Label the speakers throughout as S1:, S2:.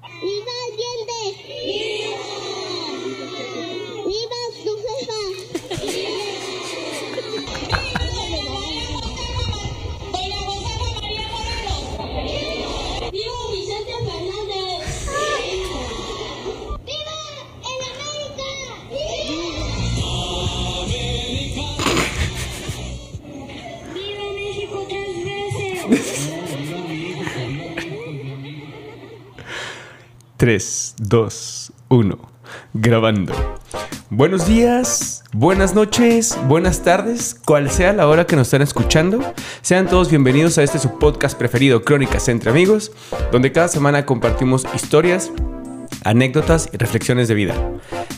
S1: ¡Viva el diente! ¡Viva! ¡Viva tu jefa!
S2: Doña Rosario María Morelos. Viva Vicente Fernández.
S1: ¡Viva el América!
S2: Viva México tres veces.
S3: 3, 2, 1. Grabando. Buenos días, buenas noches, buenas tardes, cual sea la hora que nos estén escuchando. Sean todos bienvenidos a este su podcast preferido, Crónicas entre Amigos, donde cada semana compartimos historias, anécdotas y reflexiones de vida.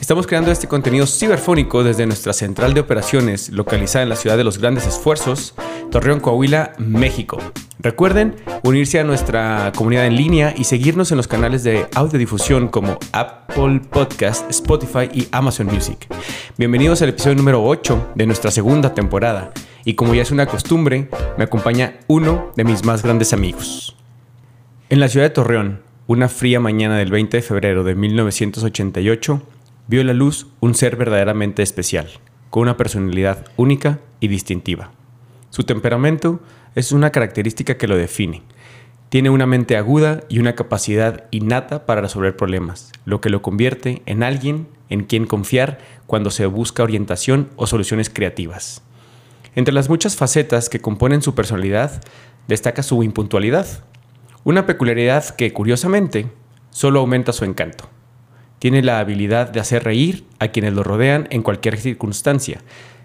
S3: Estamos creando este contenido ciberfónico desde nuestra central de operaciones localizada en la ciudad de los grandes esfuerzos, Torreón, Coahuila, México. Recuerden unirse a nuestra comunidad en línea y seguirnos en los canales de audiodifusión como Apple Podcast, Spotify y Amazon Music. Bienvenidos al episodio número 8 de nuestra segunda temporada. Y como ya es una costumbre, me acompaña uno de mis más grandes amigos. En la ciudad de Torreón, una fría mañana del 20 de febrero de 1988, vio la luz un ser verdaderamente especial, con una personalidad única y distintiva. Su temperamento es una característica que lo define. Tiene una mente aguda y una capacidad innata para resolver problemas, lo que lo convierte en alguien en quien confiar cuando se busca orientación o soluciones creativas. Entre las muchas facetas que componen su personalidad, destaca su impuntualidad, una peculiaridad que, curiosamente, solo aumenta su encanto. Tiene la habilidad de hacer reír a quienes lo rodean en cualquier circunstancia,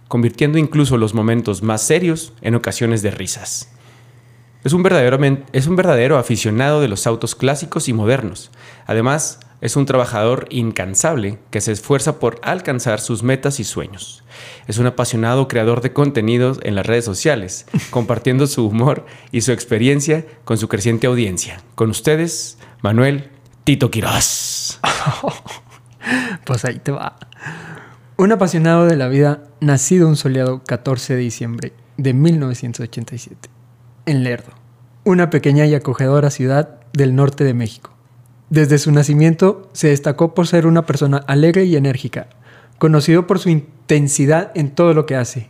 S3: convirtiendo incluso los momentos más serios en ocasiones de risas. Es un, verdaderomen- es un verdadero aficionado de los autos clásicos y modernos. Además, es un trabajador incansable que se esfuerza por alcanzar sus metas y sueños. Es un apasionado creador de contenidos en las redes sociales, compartiendo su humor y su experiencia con su creciente audiencia. Con ustedes, Manuel Tito Quirós.
S4: Pues ahí te va. Un apasionado de la vida, nacido un soleado 14 de diciembre de 1987, en Lerdo, una pequeña y acogedora ciudad del norte de México. Desde su nacimiento se destacó por ser una persona alegre y enérgica, conocido por su intensidad en todo lo que hace.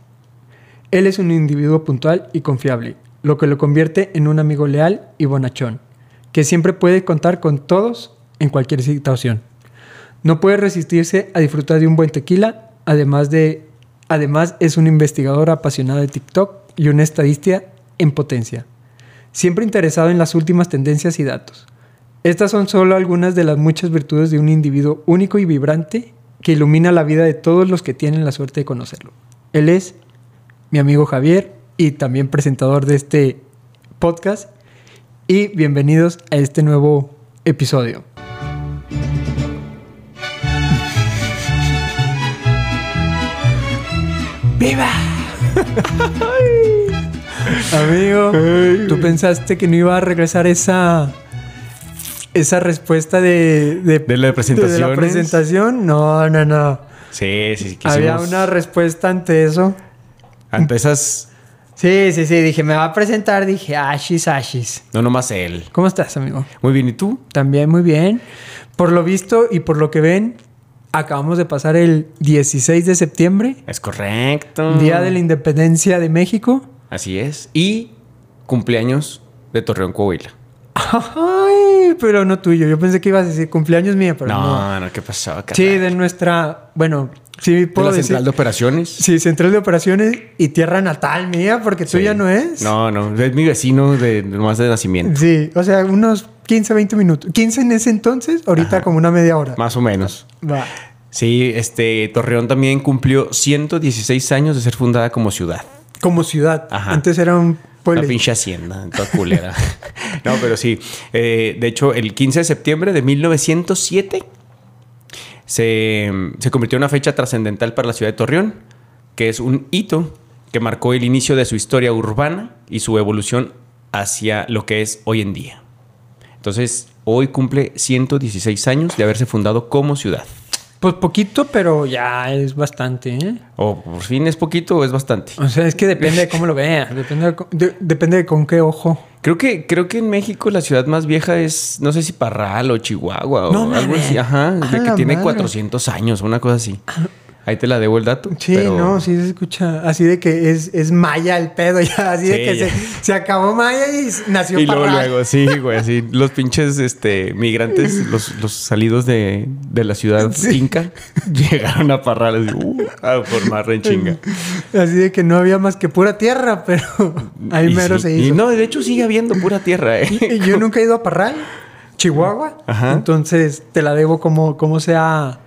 S4: Él es un individuo puntual y confiable, lo que lo convierte en un amigo leal y bonachón, que siempre puede contar con todos en cualquier situación. No puede resistirse a disfrutar de un buen tequila, además de además es un investigador apasionado de TikTok y una estadista en potencia, siempre interesado en las últimas tendencias y datos. Estas son solo algunas de las muchas virtudes de un individuo único y vibrante que ilumina la vida de todos los que tienen la suerte de conocerlo. Él es mi amigo Javier y también presentador de este podcast y bienvenidos a este nuevo episodio. Amigo, tú pensaste que no iba a regresar esa esa respuesta de
S3: De la
S4: de, de la
S3: presentaciones.
S4: presentación. No, no, no.
S3: Sí, sí, sí,
S4: Había
S3: quisimos-
S4: una respuesta ante eso.
S3: Ante esas,
S4: Sí, sí, sí, dije, me va a presentar, dije, ashis, ashis.
S3: no nomás él.
S4: ¿Cómo estás, amigo?
S3: Muy bien, ¿y tú?
S4: También muy bien. Por lo visto y por lo que ven, acabamos de pasar el 16 de septiembre,
S3: Es correcto.
S4: Día de la Independencia de México.
S3: Así es. Y cumpleaños de Torreón, Coahuila.
S4: Ay, pero no tuyo. Yo pensé que ibas a decir cumpleaños mía, pero no.
S3: no, no, ¿qué pasó? carnal?
S4: Sí, de nuestra, bueno, sí
S3: de
S4: puedo
S3: la
S4: decir.
S3: central de operaciones.
S4: Sí, central de operaciones y tierra natal mía, porque
S3: Sí.
S4: tuya no es.
S3: No, no, es mi vecino de más de nacimiento.
S4: Sí, o sea, unos 15, 20 minutos. 15 en ese entonces, ahorita como una media hora.
S3: Más o menos.
S4: Va.
S3: Sí, este Torreón también cumplió 116 años de ser fundada como ciudad.
S4: Como ciudad.
S3: Ajá.
S4: Antes era un pueblo.
S3: Una pinche hacienda, toda culera. Pues no, pero sí. Eh, de hecho, el 15 de septiembre de 1907 se, se convirtió en una fecha trascendental para la ciudad de Torreón, que es un hito que marcó el inicio de su historia urbana y su evolución hacia lo que es hoy en día. Entonces, hoy cumple 116 años de haberse fundado como ciudad.
S4: Pues poquito, pero ya es bastante, ¿eh?
S3: O por fin es poquito o es bastante.
S4: O sea, es que depende de cómo lo veas, depende de, co- de- depende de con qué ojo.
S3: Creo que, creo que en México la ciudad más vieja es, no sé si Parral o Chihuahua
S4: No
S3: o algo
S4: mames.
S3: así. Ajá,
S4: A
S3: de que
S4: la
S3: tiene
S4: madre. Ah.
S3: 400 años, una cosa así. Ahí te la debo el dato.
S4: Sí,
S3: pero-
S4: no, sí se escucha así de que es, es maya el pedo, ya, así de
S3: Sí,
S4: que
S3: ya.
S4: se, se acabó maya y s- nació
S3: Y luego,
S4: Parral.
S3: luego, sí, güey, así. Los pinches este, migrantes, los, los salidos de, de la ciudad inca, llegaron a Parral así, uh, a formar renchinga.
S4: Así de que no había más que pura tierra, pero ahí
S3: Y
S4: mero
S3: sí,
S4: se
S3: Y
S4: hizo.
S3: no, de hecho sigue habiendo pura tierra, ¿eh?
S4: Y yo nunca he ido a Parral, Chihuahua.
S3: Ajá.
S4: Entonces te la debo como, como sea.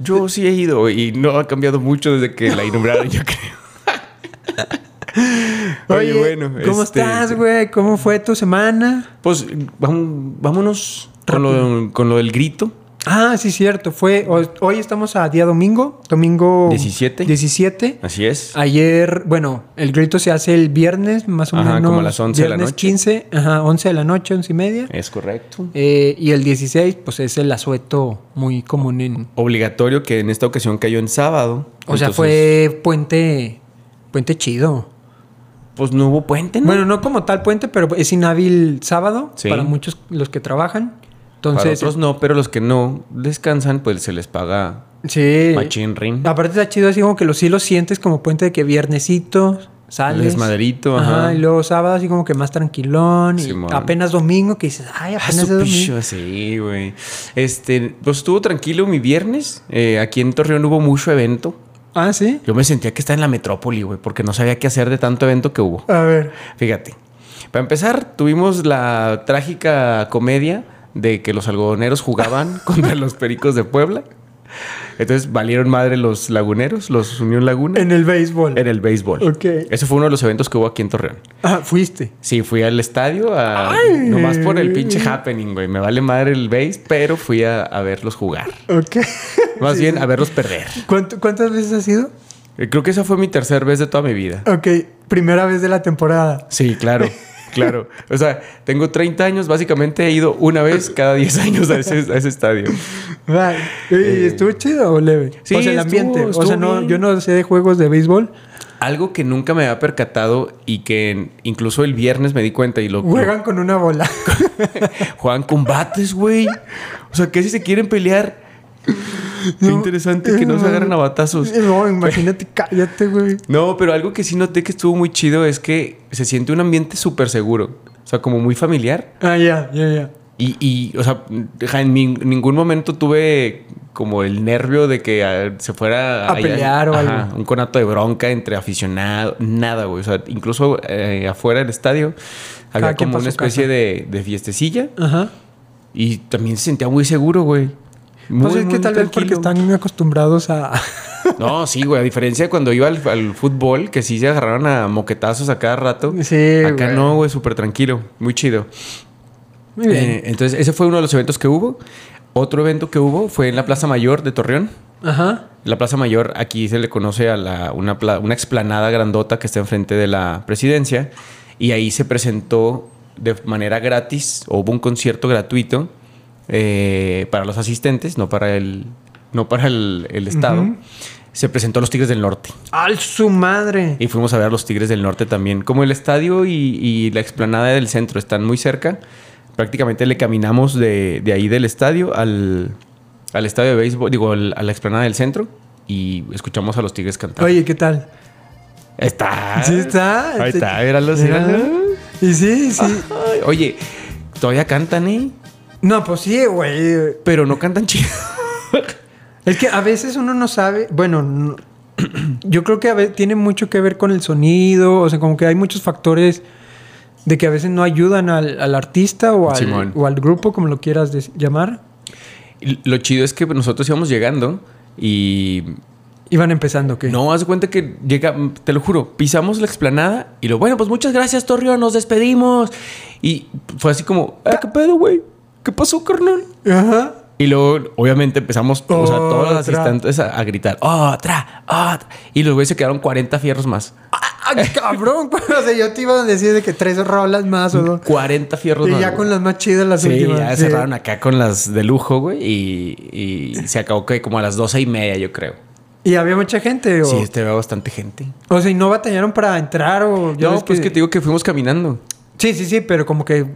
S3: Yo sí he ido y no ha cambiado mucho desde que la inauguraron, yo creo. Oye, bueno.
S4: ¿Cómo
S3: este,
S4: estás, güey? ¿Cómo fue tu semana?
S3: Pues vam- vámonos con lo, con lo del grito.
S4: Ah, sí, cierto. Fue ho- hoy estamos a día domingo, domingo
S3: 17.
S4: 17.
S3: Así es.
S4: Ah. Ayer, bueno, el grito se hace el viernes, más o
S3: Ajá,
S4: menos.
S3: como a las 11 de la
S4: viernes
S3: noche.
S4: 15, ajá, 11 de la noche, 11 y media.
S3: Es correcto.
S4: Eh, y el 16, pues es el asueto muy común en.
S3: Obligatorio que en esta ocasión cayó en sábado.
S4: O sea,
S3: Entonces,
S4: fue puente. Puente chido.
S3: Pues no hubo puente, ¿no?
S4: Bueno, no como tal puente, pero es inhábil sábado
S3: Sí.
S4: para muchos los que trabajan. Entonces,
S3: Para otros no, pero los que no descansan, pues se les paga
S4: sí.
S3: machín ring.
S4: Aparte está chido así como que los sí los sientes como puente de que viernesito sales.
S3: El desmaderito, ajá.
S4: Y luego sábado así como que más tranquilón. y
S3: Simón.
S4: apenas domingo que dices, ay,
S3: Ah,
S4: apenas
S3: su
S4: es domingo.
S3: picho, sí, güey. Este, pues estuvo tranquilo mi viernes. Eh, aquí en Torreón hubo mucho evento.
S4: Ah, sí.
S3: Yo me sentía que estaba en la metrópoli, güey, porque no sabía qué hacer de tanto evento que hubo.
S4: A ver.
S3: Fíjate. Para empezar, tuvimos la trágica comedia de que los algodoneros jugaban contra los pericos de Puebla. Entonces valieron madre los laguneros, los Unión Laguna,
S4: En el béisbol.
S3: en el béisbol.
S4: Ok.
S3: Eso fue uno de los eventos que hubo aquí en Torreón.
S4: Ah, fuiste.
S3: Sí, fui al estadio a-
S4: Ay.
S3: nomás por el pinche happening, güey. Me vale madre el base, pero fui a, a verlos jugar.
S4: Ok.
S3: Más bien a verlos perder.
S4: ¿Cuánto- ¿Cuántas veces has ido?
S3: Eh, Creo que esa fue mi tercera vez de toda mi vida.
S4: Ok, primera vez de la temporada.
S3: Sí, claro, claro. O sea, tengo 30 años, básicamente he ido una vez cada 10 años a ese, a ese estadio.
S4: Ay, ¿y Ah, ¿Estuvo chido o leve?
S3: Eh, Sí,
S4: o sea, el
S3: estuvo-
S4: ambiente. o sea,
S3: estuvo
S4: no,
S3: bien.
S4: yo no sé de juegos de béisbol.
S3: Algo que nunca me había percatado y que incluso el viernes me di cuenta y lo...
S4: Juegan con una bola.
S3: Juegan combates, güey. O sea, que si se quieren pelear. Qué interesante que
S4: eh,
S3: no se agarran a batazos.
S4: No, imagínate, cállate, güey.
S3: No, pero algo que sí noté que estuvo muy chido es que se siente un ambiente súper seguro. O sea, como muy familiar.
S4: Ah, ya, ya, ya.
S3: Y, y, o sea, ja, en nin- ningún momento tuve como el nervio de que ah, se fuera
S4: A pelear o algo.
S3: Un conato de bronca entre aficionados. Nada, güey. O sea, incluso eh, afuera del estadio había
S4: quien
S3: como
S4: pa'
S3: una
S4: su
S3: especie
S4: casa.
S3: de, de fiestecilla.
S4: Ajá.
S3: Y también se sentía muy seguro, güey.
S4: Pues
S3: Muy,
S4: es que
S3: muy
S4: tal vez porque
S3: tranquilo.
S4: están acostumbrados a.
S3: No, sí, güey. A diferencia de cuando iba al, al fútbol, que sí se agarraron a moquetazos a cada rato.
S4: Sí,
S3: Acá
S4: güey.
S3: no, güey. Súper tranquilo. Muy chido.
S4: Muy bien.
S3: Eh, entonces, ese fue uno de los eventos que hubo. Otro evento que hubo fue en la Plaza Mayor de Torreón.
S4: Ajá.
S3: La Plaza Mayor aquí se le conoce a la, una, pla- una explanada grandota que está enfrente de la presidencia. Y ahí se presentó de manera gratis, o hubo un concierto gratuito eh, para los asistentes, no para el, no para el, el Estado. Se presentó a los Tigres del Norte.
S4: ¡Al su madre!
S3: Y fuimos a ver a los Tigres del Norte también. Como el estadio y, y la explanada del centro están muy cerca, prácticamente le caminamos de, de ahí del estadio al, al estadio de béisbol, digo, al- a la explanada del centro y escuchamos a los Tigres cantar.
S4: Oye, ¿qué tal?
S3: Está.
S4: Sí, está.
S3: Ahí está,
S4: Sí.
S3: míralos, míralos.
S4: Y sí, sí.
S3: Ay, Oye, todavía cantan, ¿eh?
S4: No, pues sí, güey.
S3: Pero no cantan chido.
S4: Es que a veces uno no sabe, bueno, no- yo creo que a veces tiene mucho que ver con el sonido, o sea, como que hay muchos factores de que a veces no ayudan al, al artista o al,
S3: Simón.
S4: o al grupo, como lo quieras des- llamar,
S3: Y Lo chido es que nosotros íbamos llegando y
S4: iban empezando, ¿qué?
S3: No, haz de cuenta que llega, mm, te lo juro, pisamos la explanada y lo bueno, pues muchas gracias, Torreón, nos despedimos. Y fue así como, "Ah, ¿qué pedo, güey? ¿Qué pasó, carnal?
S4: Ajá.
S3: Y luego, obviamente, empezamos, o sea, todos los
S4: Otra.
S3: asistentes a, a gritar, otra, otra. Y los güeyes se quedaron 40 fierros más.
S4: ¡Ah, cabrón! o sea, yo te iba a decir de que tres rolas más o dos.
S3: 40 fierros
S4: Y
S3: más,
S4: ya
S3: güey.
S4: con las más chidas las
S3: Sí,
S4: últimas.
S3: ya
S4: sí.
S3: cerraron acá con las de lujo, güey. Y, y se acabó que como a las doce y media, yo creo.
S4: Y había mucha gente. O,
S3: Sí, te veo bastante gente.
S4: o sea, y no batallaron para entrar o. ya
S3: No,
S4: ves
S3: pues que... te digo que fuimos caminando.
S4: Sí, sí, sí, pero como que.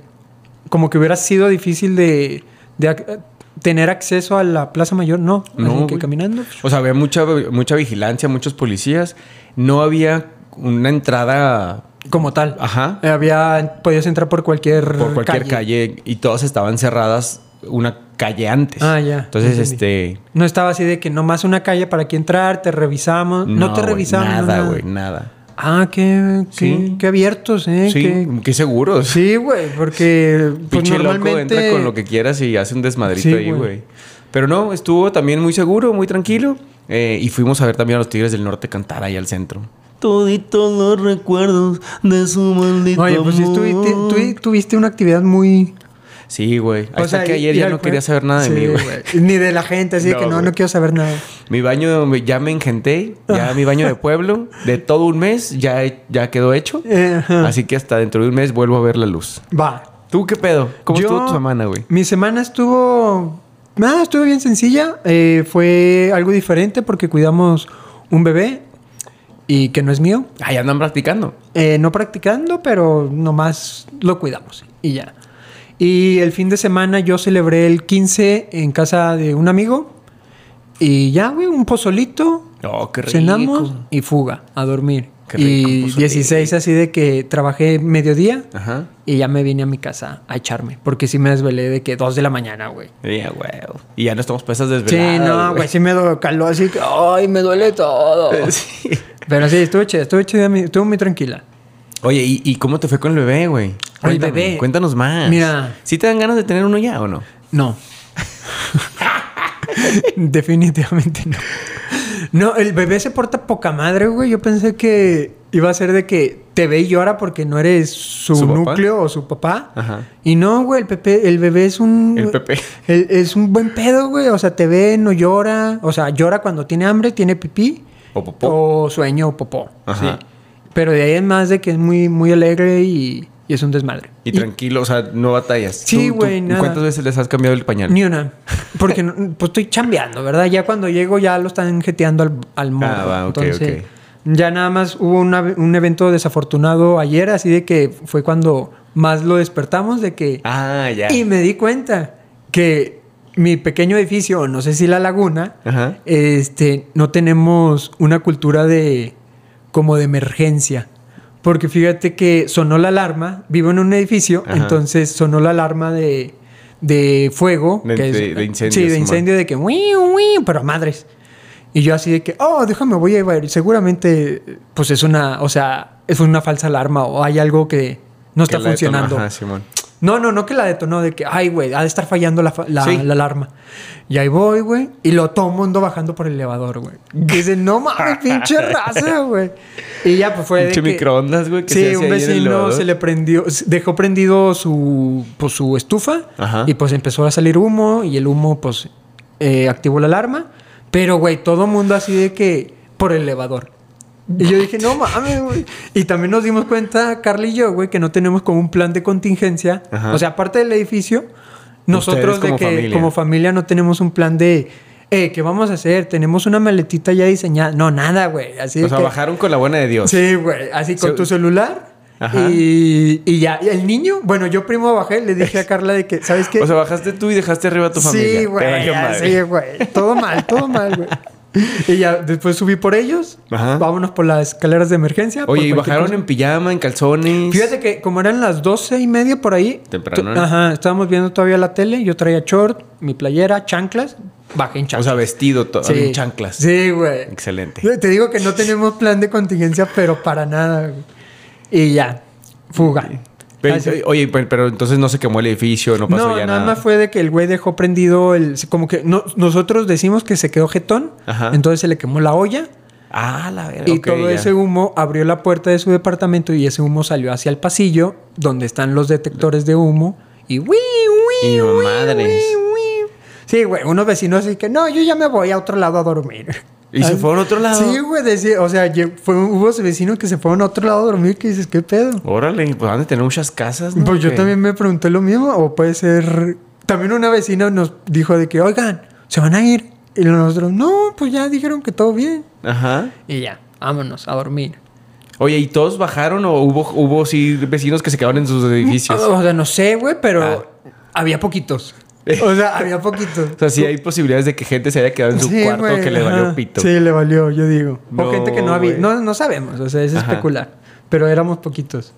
S4: Como que hubiera sido difícil de. de ac- tener acceso a la Plaza Mayor, no.
S3: No,
S4: Así que
S3: güey.
S4: caminando.
S3: O sea, había mucha, mucha vigilancia, muchos policías. No había una entrada
S4: Como tal.
S3: Ajá.
S4: Eh, Había. Podías entrar por cualquier.
S3: por cualquier calle. y todas estaban cerradas una calle antes.
S4: Ah, ya.
S3: Entonces,
S4: entendí.
S3: este.
S4: No estaba así de que nomás una calle para aquí entrar, te revisamos. No, te
S3: güey,
S4: revisamos.
S3: Nada, güey, nada.
S4: Ah, qué, qué,
S3: Sí.
S4: qué abiertos, ¿eh?
S3: Sí,
S4: Qué-
S3: qué seguros.
S4: Sí, güey, porque pues,
S3: Pinche loco,
S4: normalmente...
S3: entra con lo que quieras y hace un desmadrito
S4: Sí,
S3: ahí,
S4: güey.
S3: güey. Pero no, estuvo también muy seguro, muy tranquilo. eh, y fuimos a ver también a los Tigres del Norte cantar ahí al centro.
S5: Toditos los recuerdos de su maldito
S4: Oye, pues sí,
S5: amor.
S4: tuviste, tuvi- tuviste una actividad muy...
S3: Sí, güey. Ahí
S4: o
S3: está
S4: sea,
S3: que
S4: ir-
S3: ayer
S4: ir
S3: ya
S4: al
S3: no
S4: jue-
S3: quería saber nada de
S4: Sí,
S3: mí, güey.
S4: Ni de la gente, así de
S3: No,
S4: que no,
S3: güey.
S4: no quiero saber nada.
S3: Mi baño, me- ya me engenté, ya mi baño de pueblo, de todo un mes, ya, ya quedó hecho.
S4: Eh, ajá.
S3: Así que hasta dentro de un mes vuelvo a ver la luz.
S4: Va.
S3: ¿Tú qué pedo? ¿Cómo
S4: Yo-
S3: estuvo tu semana, güey?
S4: Mi semana estuvo... Nada, estuvo bien sencilla. eh, fue algo diferente porque cuidamos un bebé y que no es mío.
S3: Ahí andan practicando.
S4: Eh, no practicando, pero nomás lo cuidamos y ya. Y el fin de semana yo celebré el 15 en casa de un amigo y ya, güey, un pozolito,
S3: Oh, qué rico.
S4: cenamos y fuga a dormir.
S3: Qué rico,
S4: y
S3: pozolito.
S4: 16 así de que trabajé mediodía
S3: Ajá.
S4: y ya me vine a mi casa a echarme, porque sí me desvelé de que 2 de la mañana, güey.
S3: Ya, güey. Y ya no estamos pesas
S4: Sí,
S3: desveladas.
S4: no, güey, sí me do- caló así que, ay, me duele todo.
S3: Sí.
S4: Pero sí, estuvo chido, estuvo chido, estuvo muy tranquila.
S3: Oye, ¿y, y cómo te fue con el bebé, güey?
S4: El
S3: Cuéntame,
S4: bebé.
S3: Cuéntanos más.
S4: Mira.
S3: ¿Sí te dan ganas de tener uno ya o no?
S4: No. Definitivamente no. No, el bebé se porta poca madre, güey. Yo pensé que iba a ser de que te ve y llora porque no eres su,
S3: ¿Su papá?
S4: núcleo o su papá.
S3: Ajá.
S4: Y no, güey, el, Pepe- el bebé es un...
S3: El Pepe.
S4: el- es un buen pedo, güey. O sea, te ve, no llora. O sea, llora cuando tiene hambre, tiene pipí.
S3: O popó.
S4: O sueño o popó.
S3: Ajá.
S4: Sí. Pero de ahí es más de que es muy, muy alegre y, y es un desmadre.
S3: Y, tranquilo, o sea, no batallas.
S4: Sí,
S3: ¿Tú- tú
S4: güey, nada.
S3: ¿Cuántas veces les has cambiado el pañal?
S4: Ni una. Porque no- pues estoy chambeando, ¿verdad? Ya cuando llego ya lo están jeteando al, al morro.
S3: Ah, va, ok, ok.
S4: ya nada más hubo una- un evento desafortunado ayer, así de que fue cuando más lo despertamos, de que...
S3: Ah, ya.
S4: Y me di cuenta que mi pequeño edificio, no sé si la laguna,
S3: Ajá.
S4: este, no tenemos una cultura de como de emergencia. Porque fíjate que sonó la alarma, vivo en un edificio,
S3: Ajá.
S4: entonces sonó la alarma de, de fuego.
S3: De-
S4: que
S3: de- de incendio,
S4: Sí, de
S3: Simón.
S4: incendio, de que, "Wiu, wiu", pero a madres. Y yo así de que, oh, déjame, voy a ir. Seguramente, pues es una, o sea, es una falsa alarma o hay algo que no
S3: Que
S4: está
S3: la detonó.
S4: funcionando.
S3: Ajá, Simón.
S4: No, no, no que la detonó, de que, ay, güey, ha de estar fallando la, fa- la-
S3: Sí.
S4: la alarma. Y ahí voy, güey, y lo todo mundo bajando por el elevador, güey. Dice, no mames, pinche raza, güey. Y ya, pues fue. de
S3: Pinche
S4: que-
S3: microondas, güey, que se
S4: Sí,
S3: hace
S4: un
S3: ahí en el
S4: vecino
S3: elevador.
S4: se le prendió, s- dejó prendido su, pues, su estufa,
S3: Ajá.
S4: y pues empezó a salir humo, y el humo, pues, eh, activó la alarma. Pero, güey, todo mundo así de que por el elevador. Y yo dije, no mames, güey. Y también nos dimos cuenta, Carly y yo, güey, que no tenemos como un plan de contingencia.
S3: Ajá.
S4: O sea, aparte del edificio, nosotros de
S3: como
S4: que
S3: familia.
S4: como familia no tenemos un plan de, eh, ¿qué vamos a hacer? Tenemos una maletita ya diseñada. No, nada, güey. Así
S3: O
S4: de
S3: sea,
S4: que-
S3: bajaron con la buena de Dios.
S4: Sí, güey. Así con
S3: Se-
S4: tu celular.
S3: Ajá.
S4: Y, y ya. Y el niño, bueno, yo primo bajé, le dije a Carla de que, ¿sabes qué?
S3: O sea, bajaste tú y dejaste arriba a tu familia.
S4: Sí,
S3: Te
S4: güey.
S3: valió madre.
S4: Sí, güey. Todo mal, todo mal, güey. Y ya, después subí por ellos.
S3: Ajá.
S4: Vámonos por las escaleras de emergencia. por
S3: Oye, ¿y
S4: cualquier
S3: bajaron
S4: cosa.
S3: en pijama, en calzones?
S4: Fíjate que como eran las doce y media por ahí.
S3: Temprano,
S4: t-
S3: ¿no?
S4: Ajá, estábamos viendo todavía la tele. Yo traía short, mi playera, chanclas. Bajé en
S3: O
S4: chanclas.
S3: sea, vestido todo, en chanclas.
S4: Sí, güey.
S3: Excelente.
S4: Te digo que no tenemos plan de contingencia, pero para nada, güey. Y ya, fuga.
S3: Pero, eh,
S4: Así.
S3: oye, pero, pero entonces no se quemó el edificio, no pasó
S4: no,
S3: ya
S4: nada,
S3: nada.
S4: más fue de que el güey dejó prendido el. Como que no- nosotros decimos que se quedó jetón,
S3: Ajá.
S4: entonces se le quemó la olla
S3: Ah, la verdad.
S4: y todo ese humo abrió la puerta de su departamento y ese humo salió hacia el pasillo donde están los detectores de humo y ¡wi, wi,
S3: Y no
S4: wi,
S3: madres.
S4: wi, wi! Sí, güey, unos vecinos así que no, yo ya me voy a otro lado a dormir.
S3: Y se
S4: Ay,
S3: fueron a otro lado.
S4: Sí, güey, decía, o sea, lle- fue- hubo vecinos que se fueron a otro lado a dormir que dices, ¿qué pedo?
S3: Órale, pues han de tener muchas casas, ¿no?
S4: Pues yo
S3: Que-
S4: también me pregunté lo mismo, o puede ser. También una vecina nos dijo de que, oigan, se van a ir. Y nosotros, no, pues ya dijeron que todo bien.
S3: Ajá.
S4: Y ya, vámonos a dormir.
S3: Oye, ¿y todos bajaron o hubo, hubo sí vecinos que se quedaron en sus edificios?
S4: O sea, no sé, güey, pero había poquitos. O sea, había poquitos.
S3: Ah. O sea, sí hay posibilidades de que gente se haya quedado en su
S4: Sí,
S3: cuarto
S4: güey,
S3: que le valió
S4: ajá.
S3: pito.
S4: Sí, le valió, yo digo.
S3: No,
S4: o gente que no había.
S3: güey.
S4: No, no sabemos, o sea, es
S3: Ajá.
S4: especular. Pero éramos poquitos.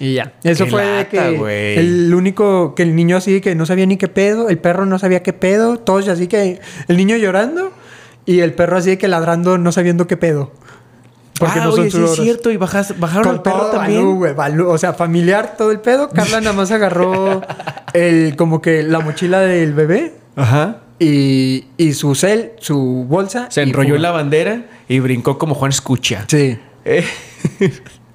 S4: Y ya. Eso
S3: Qué
S4: fue de
S3: lata,
S4: que
S3: güey.
S4: el único que el niño así que no sabía ni qué pedo, el perro no sabía qué pedo, todos así que el niño llorando y el perro así de que ladrando no sabiendo qué pedo. Porque
S3: ah,
S4: no son
S3: oye, sí es
S4: sudoras.
S3: cierto. Y bajas, bajaron al
S4: Con
S3: perro
S4: todo
S3: también.
S4: Balú, güey, Balú, o sea, familiar todo el pedo. Carla nada más agarró el como que la mochila del bebé
S3: Ajá.
S4: y, y su cel, su bolsa.
S3: Se
S4: y
S3: enrolló en la
S4: fuga.
S3: bandera y brincó como Juan Escucha.
S4: Sí.
S3: Eh,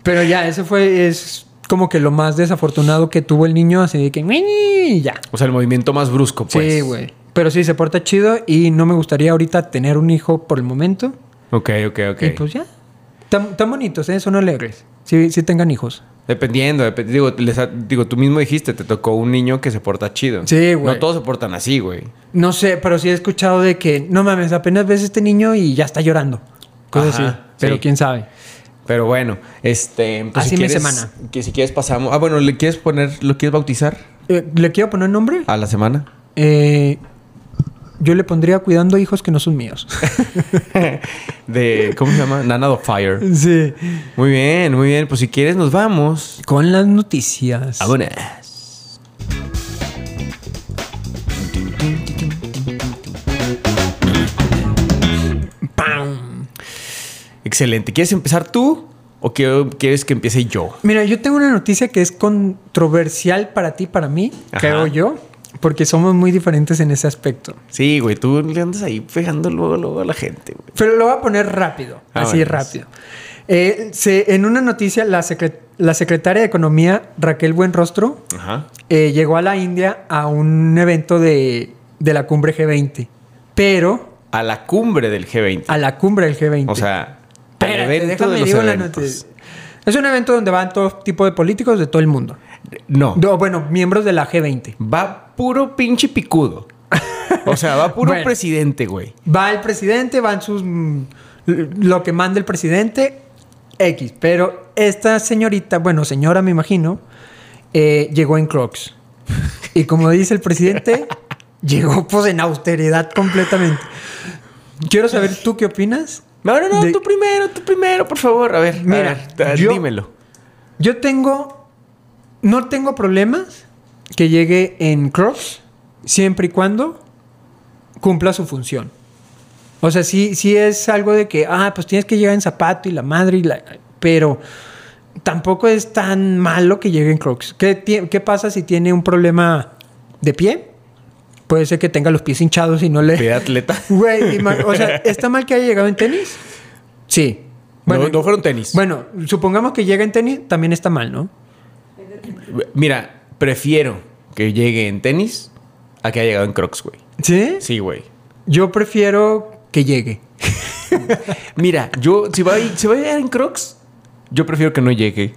S4: Pero ya, eso fue, es como que lo más desafortunado que tuvo el niño, así de que "Mii", y ya.
S3: o sea, el movimiento más brusco, pues.
S4: sí, güey. Pero sí, se porta chido y no me gustaría ahorita tener un hijo por el momento.
S3: Ok, ok, ok.
S4: Y pues ya. Tan, tan bonitos, ¿eh? Son alegres. Sí, sí tengan hijos.
S3: Dependiendo, dep- digo, les ha- digo, tú mismo dijiste, te tocó un niño que se porta chido.
S4: Sí, güey.
S3: No todos se portan así, güey.
S4: No sé, pero sí he escuchado de que, no mames, apenas ves a este niño y ya está llorando. Cosas
S3: Ajá,
S4: así. Pero
S3: sí.
S4: quién sabe.
S3: Pero bueno, este. pues,
S4: Así mi
S3: quieres-
S4: semana.
S3: Que si quieres pasamos. Ah, bueno, ¿le quieres poner, lo quieres bautizar
S4: Eh, ¿Le quiero poner nombre?
S3: a la semana?
S4: Eh, yo le pondría cuidando hijos que no son míos.
S3: De, ¿cómo se llama? Nana of Fire.
S4: sí.
S3: Muy bien, muy bien. Pues si quieres, nos vamos.
S4: Con las noticias.
S3: Ah, Vámonos.
S4: ¡Pam!
S3: Excelente. ¿Quieres empezar tú o quiero- quieres que empiece yo?
S4: Mira, yo tengo una noticia que es controversial para ti, para mí,
S3: Ajá.
S4: creo yo, porque somos muy diferentes en ese aspecto.
S3: Sí, güey, tú le andas ahí pegando luego, luego a la gente, güey.
S4: Pero lo voy a poner rápido,
S3: Ah,
S4: así
S3: bueno, pues.
S4: rápido. Eh, se- en una noticia, la, secre- la secretaria de Economía, Raquel Buenrostro,
S3: Ajá.
S4: eh, llegó a la India a un evento de, de la cumbre G20, pero
S3: A la cumbre del G20.
S4: a la cumbre del G20.
S3: O sea, al
S4: Espérate,
S3: evento
S4: déjame
S3: de los
S4: digo la
S3: eventos.
S4: noticia. Es un evento donde van todo tipo de políticos de todo el mundo.
S3: No.
S4: No, bueno, miembros de la G20.
S3: Va puro pinche picudo. O sea, va puro
S4: Bueno.
S3: presidente, güey.
S4: Va el presidente, van sus. mm, Lo que manda el presidente, X. Pero esta señorita, bueno, señora, me imagino, eh, llegó en Crocs. Y como dice el presidente, llegó pues en austeridad completamente. Quiero saber tú qué opinas.
S3: No, no, no,
S4: De-
S3: tú primero, tú primero, por favor. A ver, a
S4: Mira,
S3: ver, a-
S4: yo-
S3: dímelo.
S4: Yo tengo. No tengo problemas que llegue en Crocs siempre y cuando cumpla su función. O sea, sí, sí es algo de que, ah, pues tienes que llegar en zapato y la madre y la. Pero tampoco es tan malo que llegue en Crocs. ¿Qué, ti- qué pasa si tiene un problema de pie? Puede ser que tenga los pies hinchados y no le.
S3: Pie atleta.
S4: Güey, ima- o sea, ¿está mal que haya llegado en tenis? Sí.
S3: No, no fueron tenis.
S4: Bueno, supongamos que llega en tenis, también está mal, ¿no?
S3: Mira, prefiero que llegue en tenis a que haya llegado en Crocs, güey.
S4: ¿Sí?
S3: Sí, güey.
S4: Yo prefiero que llegue.
S3: Mira, yo, si va, a- si va a llegar en Crocs, yo prefiero que no llegue.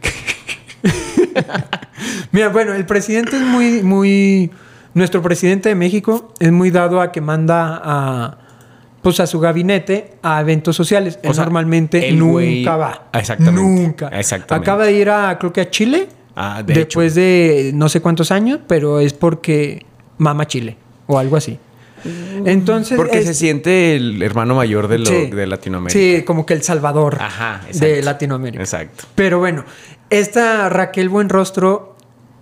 S4: Mira, bueno, el presidente es muy, muy. Nuestro presidente de México es muy dado a que manda a. Pues a su gabinete a eventos sociales.
S3: O
S4: Él
S3: sea,
S4: normalmente
S3: el
S4: nunca
S3: güey-
S4: va.
S3: Exactamente.
S4: Nunca.
S3: Exactamente.
S4: Acaba de ir a, creo que a Chile.
S3: Ah, de
S4: después de no sé cuántos años, pero es porque mama Chile o algo así. Entonces.
S3: Mm. Porque
S4: es-
S3: se siente el hermano mayor de, lo,
S4: Sí.
S3: de Latinoamérica.
S4: Sí, como que el Salvador
S3: Ajá,
S4: de
S3: exacto.
S4: Latinoamérica.
S3: Exacto.
S4: Pero bueno, esta Raquel Buenrostro,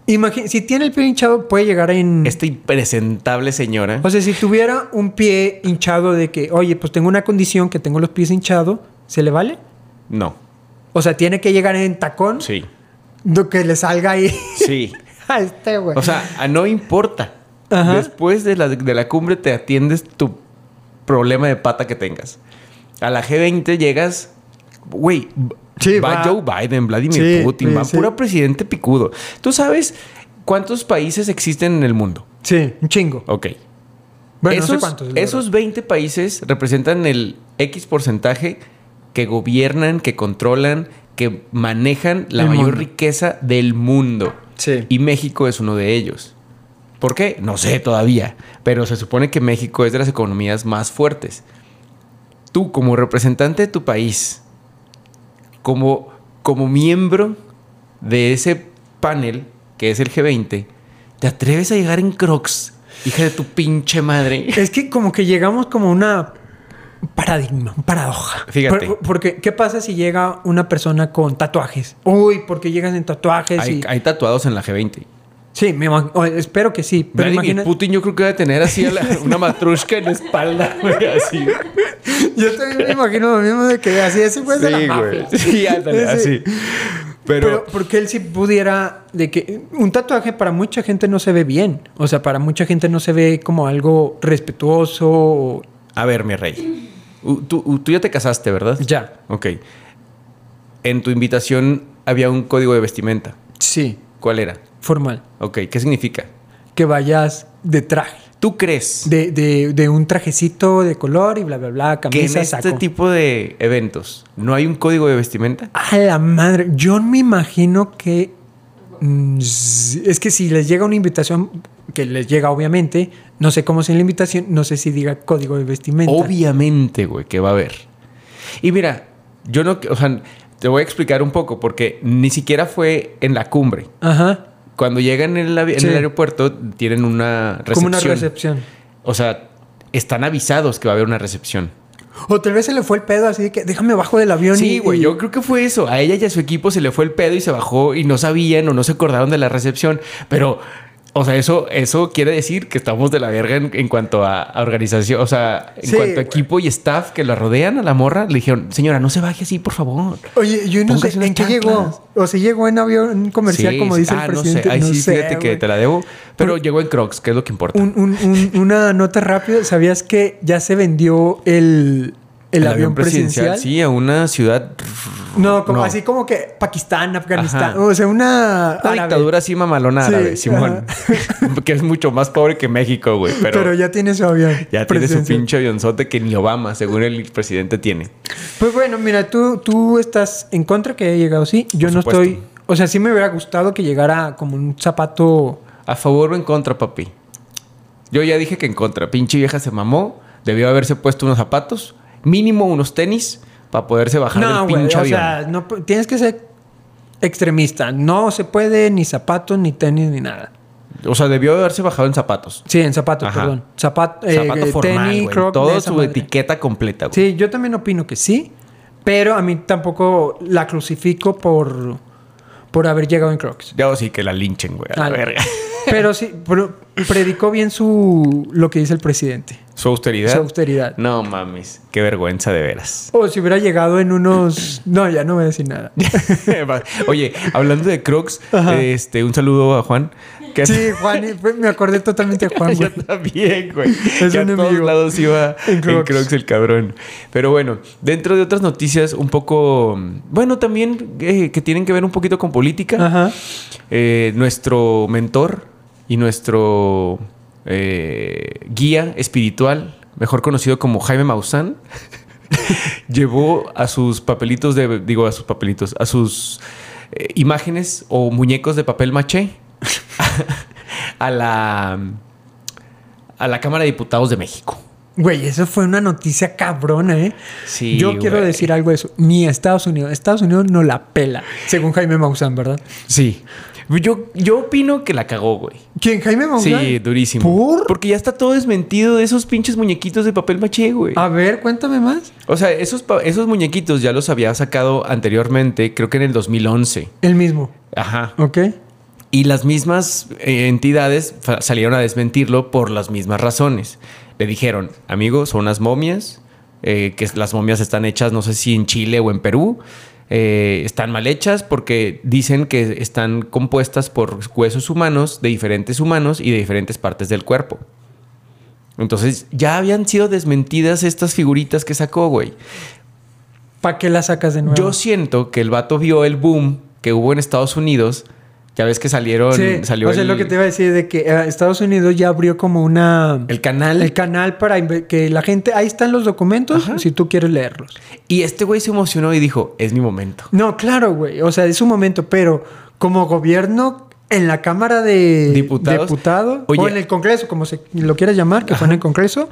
S4: imagi- si tiene el pie hinchado, puede llegar en.
S3: Esta impresentable señora.
S4: O sea, si tuviera un pie hinchado de que, oye, pues tengo una condición que tengo los pies hinchados, ¿se le vale?
S3: no.
S4: O sea, tiene que llegar en tacón.
S3: Sí.
S4: Lo que le salga ahí.
S3: Sí.
S4: a este, güey.
S3: O sea, a no importa.
S4: Ajá.
S3: Después de la, de la cumbre te atiendes tu problema de pata que tengas. A la G20 llegas, güey, b-
S4: Sí,
S3: va,
S4: va.
S3: Joe Biden, Vladimir
S4: Sí,
S3: Putin,
S4: sí,
S3: va
S4: sí.
S3: pura presidente picudo. ¿Tú sabes cuántos países existen en el mundo?
S4: sí, un chingo.
S3: Ok.
S4: Bueno,
S3: esos,
S4: no sé cuántos. la
S3: esos 20 países representan el X porcentaje que gobiernan, que controlan, que manejan la
S4: El
S3: mayor
S4: mundo.
S3: riqueza del mundo.
S4: Sí.
S3: Y México es uno de ellos. ¿Por qué? No sé todavía, pero se supone que México es de las economías más fuertes. Tú, como representante de tu país, como, como miembro de ese panel que es el G20, ¿te atreves a llegar en Crocs, hija de tu pinche madre?
S4: Es que como que llegamos como a una paradigma, una paradoja.
S3: Fíjate.
S4: Por- porque, ¿qué pasa si llega una persona con tatuajes? Uy, porque llegas en tatuajes
S3: Hay,
S4: y...
S3: hay tatuados en la G20.
S4: Sí, me imag- o- espero que sí, pero
S3: Vladimir
S4: imagina...
S3: Putin yo creo que debe tener así a la- una matrushka en la espalda, güey, así.
S4: Yo también me imagino lo mismo de que así ese güey es Pues de la mafia.
S3: Sí, ándale,
S4: Sí.
S3: así.
S4: Pero,
S3: Pero,
S4: porque él sí pudiera de que un tatuaje para mucha gente no se ve bien, o sea, para mucha gente no se ve como algo respetuoso o-
S3: a ver, mi rey. U- Tú, u- tú ya te casaste, ¿verdad?
S4: ya.
S3: Ok. En tu invitación había un código de vestimenta.
S4: Sí,
S3: ¿Cuál era?
S4: formal,
S3: Ok, ¿qué significa?
S4: que vayas de traje,
S3: ¿Tú crees
S4: de, de- de un trajecito de color y bla bla bla,
S3: que en
S4: camisa,
S3: este
S4: saco.
S3: tipo de eventos no hay un código de vestimenta?
S4: A la madre, yo me imagino que mm, es que si les llega una invitación que les llega obviamente, no sé cómo sea la invitación, no sé si diga código de vestimenta.
S3: Obviamente, güey, que va a haber. Y mira, yo no, o sea, te voy a explicar un poco, porque ni siquiera fue en la cumbre.
S4: Ajá.
S3: Cuando llegan en el, avi- en
S4: Sí.
S3: el aeropuerto, tienen una recepción.
S4: Como una recepción.
S3: O sea, están avisados que va a haber una recepción.
S4: O tal vez se le fue el pedo así de que déjame bajo del avión.
S3: Sí,
S4: y-
S3: güey,
S4: y-
S3: yo creo que fue eso. A ella y a su equipo se le fue el pedo y se bajó y no sabían o no se acordaron de la recepción. Pero, o sea, eso, eso quiere decir que estamos de la verga en, en cuanto a, a organización, o sea, en
S4: Sí,
S3: cuanto a
S4: güey.
S3: equipo y staff que la rodean a la morra, le dijeron, señora, no se baje así, por favor.
S4: Oye, yo no sé
S3: Póngase unas
S4: en qué
S3: chanclas.
S4: llegó. O si llegó en avión comercial,
S3: Sí,
S4: como
S3: sí.
S4: dice
S3: Ah,
S4: el presidente.
S3: No sé. Ay,
S4: No
S3: sí,
S4: sé,
S3: fíjate que
S4: güey.
S3: te la debo. Pero
S4: Por-
S3: llegó en Crocs, que es lo que importa.
S4: Un- un- un- una nota rápida. ¿Sabías que ya se vendió el, el, avión, presidencial?
S3: Sí, a una ciudad.
S4: No, como,
S3: No.
S4: así como que Pakistán, Afganistán.
S3: Ajá.
S4: O sea, una.
S3: Una
S4: árabe.
S3: dictadura así mamalona
S4: Sí,
S3: árabe, Simón. que es mucho más pobre que México, güey. Pero,
S4: Pero, ya tiene su avión.
S3: ya tiene su
S4: presidencial.
S3: pinche avionzote que ni Obama, según el presidente, tiene.
S4: Pues bueno, mira, tú, tú estás en contra que haya llegado, sí. Yo
S3: Por
S4: no
S3: supuesto.
S4: estoy. O sea, sí me hubiera gustado que llegara como un zapato.
S3: ¿A favor o en contra, papi? Yo ya dije que en contra. Pinche vieja se mamó. Debió haberse puesto unos zapatos, mínimo unos tenis, para poderse bajar
S4: No,
S3: del
S4: güey,
S3: pinche
S4: o
S3: avión.
S4: sea, no, pu- tienes que ser extremista. No se puede ni zapatos, ni tenis, ni nada.
S3: o sea, debió haberse bajado en zapatos.
S4: Sí, en zapatos,
S3: Ajá.
S4: perdón. Zapato, eh,
S3: Zapato
S4: eh,
S3: formal,
S4: tenis,
S3: güey.
S4: croc, de
S3: Todo
S4: esa
S3: su
S4: madre.
S3: etiqueta completa, güey.
S4: Sí, yo también opino que sí, pero a mí tampoco la crucifico por, por haber llegado en crocs.
S3: Ya o sí que la linchen, güey. A la
S4: Ah,
S3: verga.
S4: Pero sí, pero predicó bien su lo que dice el presidente.
S3: Su austeridad.
S4: Su austeridad.
S3: No mames. Qué vergüenza de veras.
S4: O si hubiera llegado en unos... No, ya no voy a decir nada.
S3: Oye, hablando de Crocs,
S4: Ajá.
S3: este, un saludo a Juan. Que
S4: Sí, Juan, y fue- me acordé totalmente de Juan.
S3: Yo
S4: güey.
S3: también, güey.
S4: Es
S3: que a
S4: un
S3: todos
S4: amigo.
S3: lados iba
S4: En
S3: en
S4: Crocs.
S3: Crocs. el cabrón. Pero bueno, dentro de otras noticias un poco... Bueno, también eh, que tienen que ver un poquito con política.
S4: Ajá.
S3: Eh, nuestro mentor y nuestro eh, guía espiritual, mejor conocido como Jaime Maussan, llevó a sus papelitos de, digo, a sus papelitos, a sus eh, imágenes o muñecos de papel maché a la a la Cámara de Diputados de México.
S4: Güey, eso fue una noticia cabrona, ¿eh?
S3: Sí,
S4: Yo quiero
S3: güey.
S4: decir algo de eso. Ni Estados Unidos. Estados Unidos no la pela, según Jaime Maussan, ¿verdad?
S3: Sí. Yo, yo opino que la cagó, güey.
S4: ¿Quién? Jaime Maussan.
S3: Sí, durísimo.
S4: ¿Por?
S3: Porque ya está todo desmentido de esos pinches muñequitos de papel maché, güey.
S4: A ver, cuéntame más.
S3: O sea, esos, pa- esos muñequitos ya los había sacado anteriormente, creo que en el 2011.
S4: El mismo.
S3: Ajá.
S4: ¿Ok?
S3: Y las mismas eh, entidades fa- salieron a desmentirlo por las mismas razones. Le dijeron, amigos, son unas momias, eh, que las momias están hechas, no sé si en Chile o en Perú, eh, están mal hechas porque dicen que están compuestas por huesos humanos, de diferentes humanos y de diferentes partes del cuerpo. Entonces ya habían sido desmentidas estas figuritas que sacó, güey.
S4: ¿Para qué la sacas de nuevo?
S3: Yo siento que el vato vio el boom que hubo en Estados Unidos Ya ves que salieron.
S4: Sí,
S3: salió
S4: o sea,
S3: el,
S4: lo que te iba a decir de que eh, Estados Unidos ya abrió como una...
S3: el canal.
S4: el canal para inve- que la gente... Ahí están los documentos si tú quieres leerlos.
S3: y este güey se emocionó y dijo: Es mi momento.
S4: No, claro, güey. O sea, es un momento, pero como gobierno en la Cámara de
S3: Diputados.
S4: Diputado,
S3: Oye.
S4: o en el Congreso, como se lo quieras llamar, que fue en el Congreso,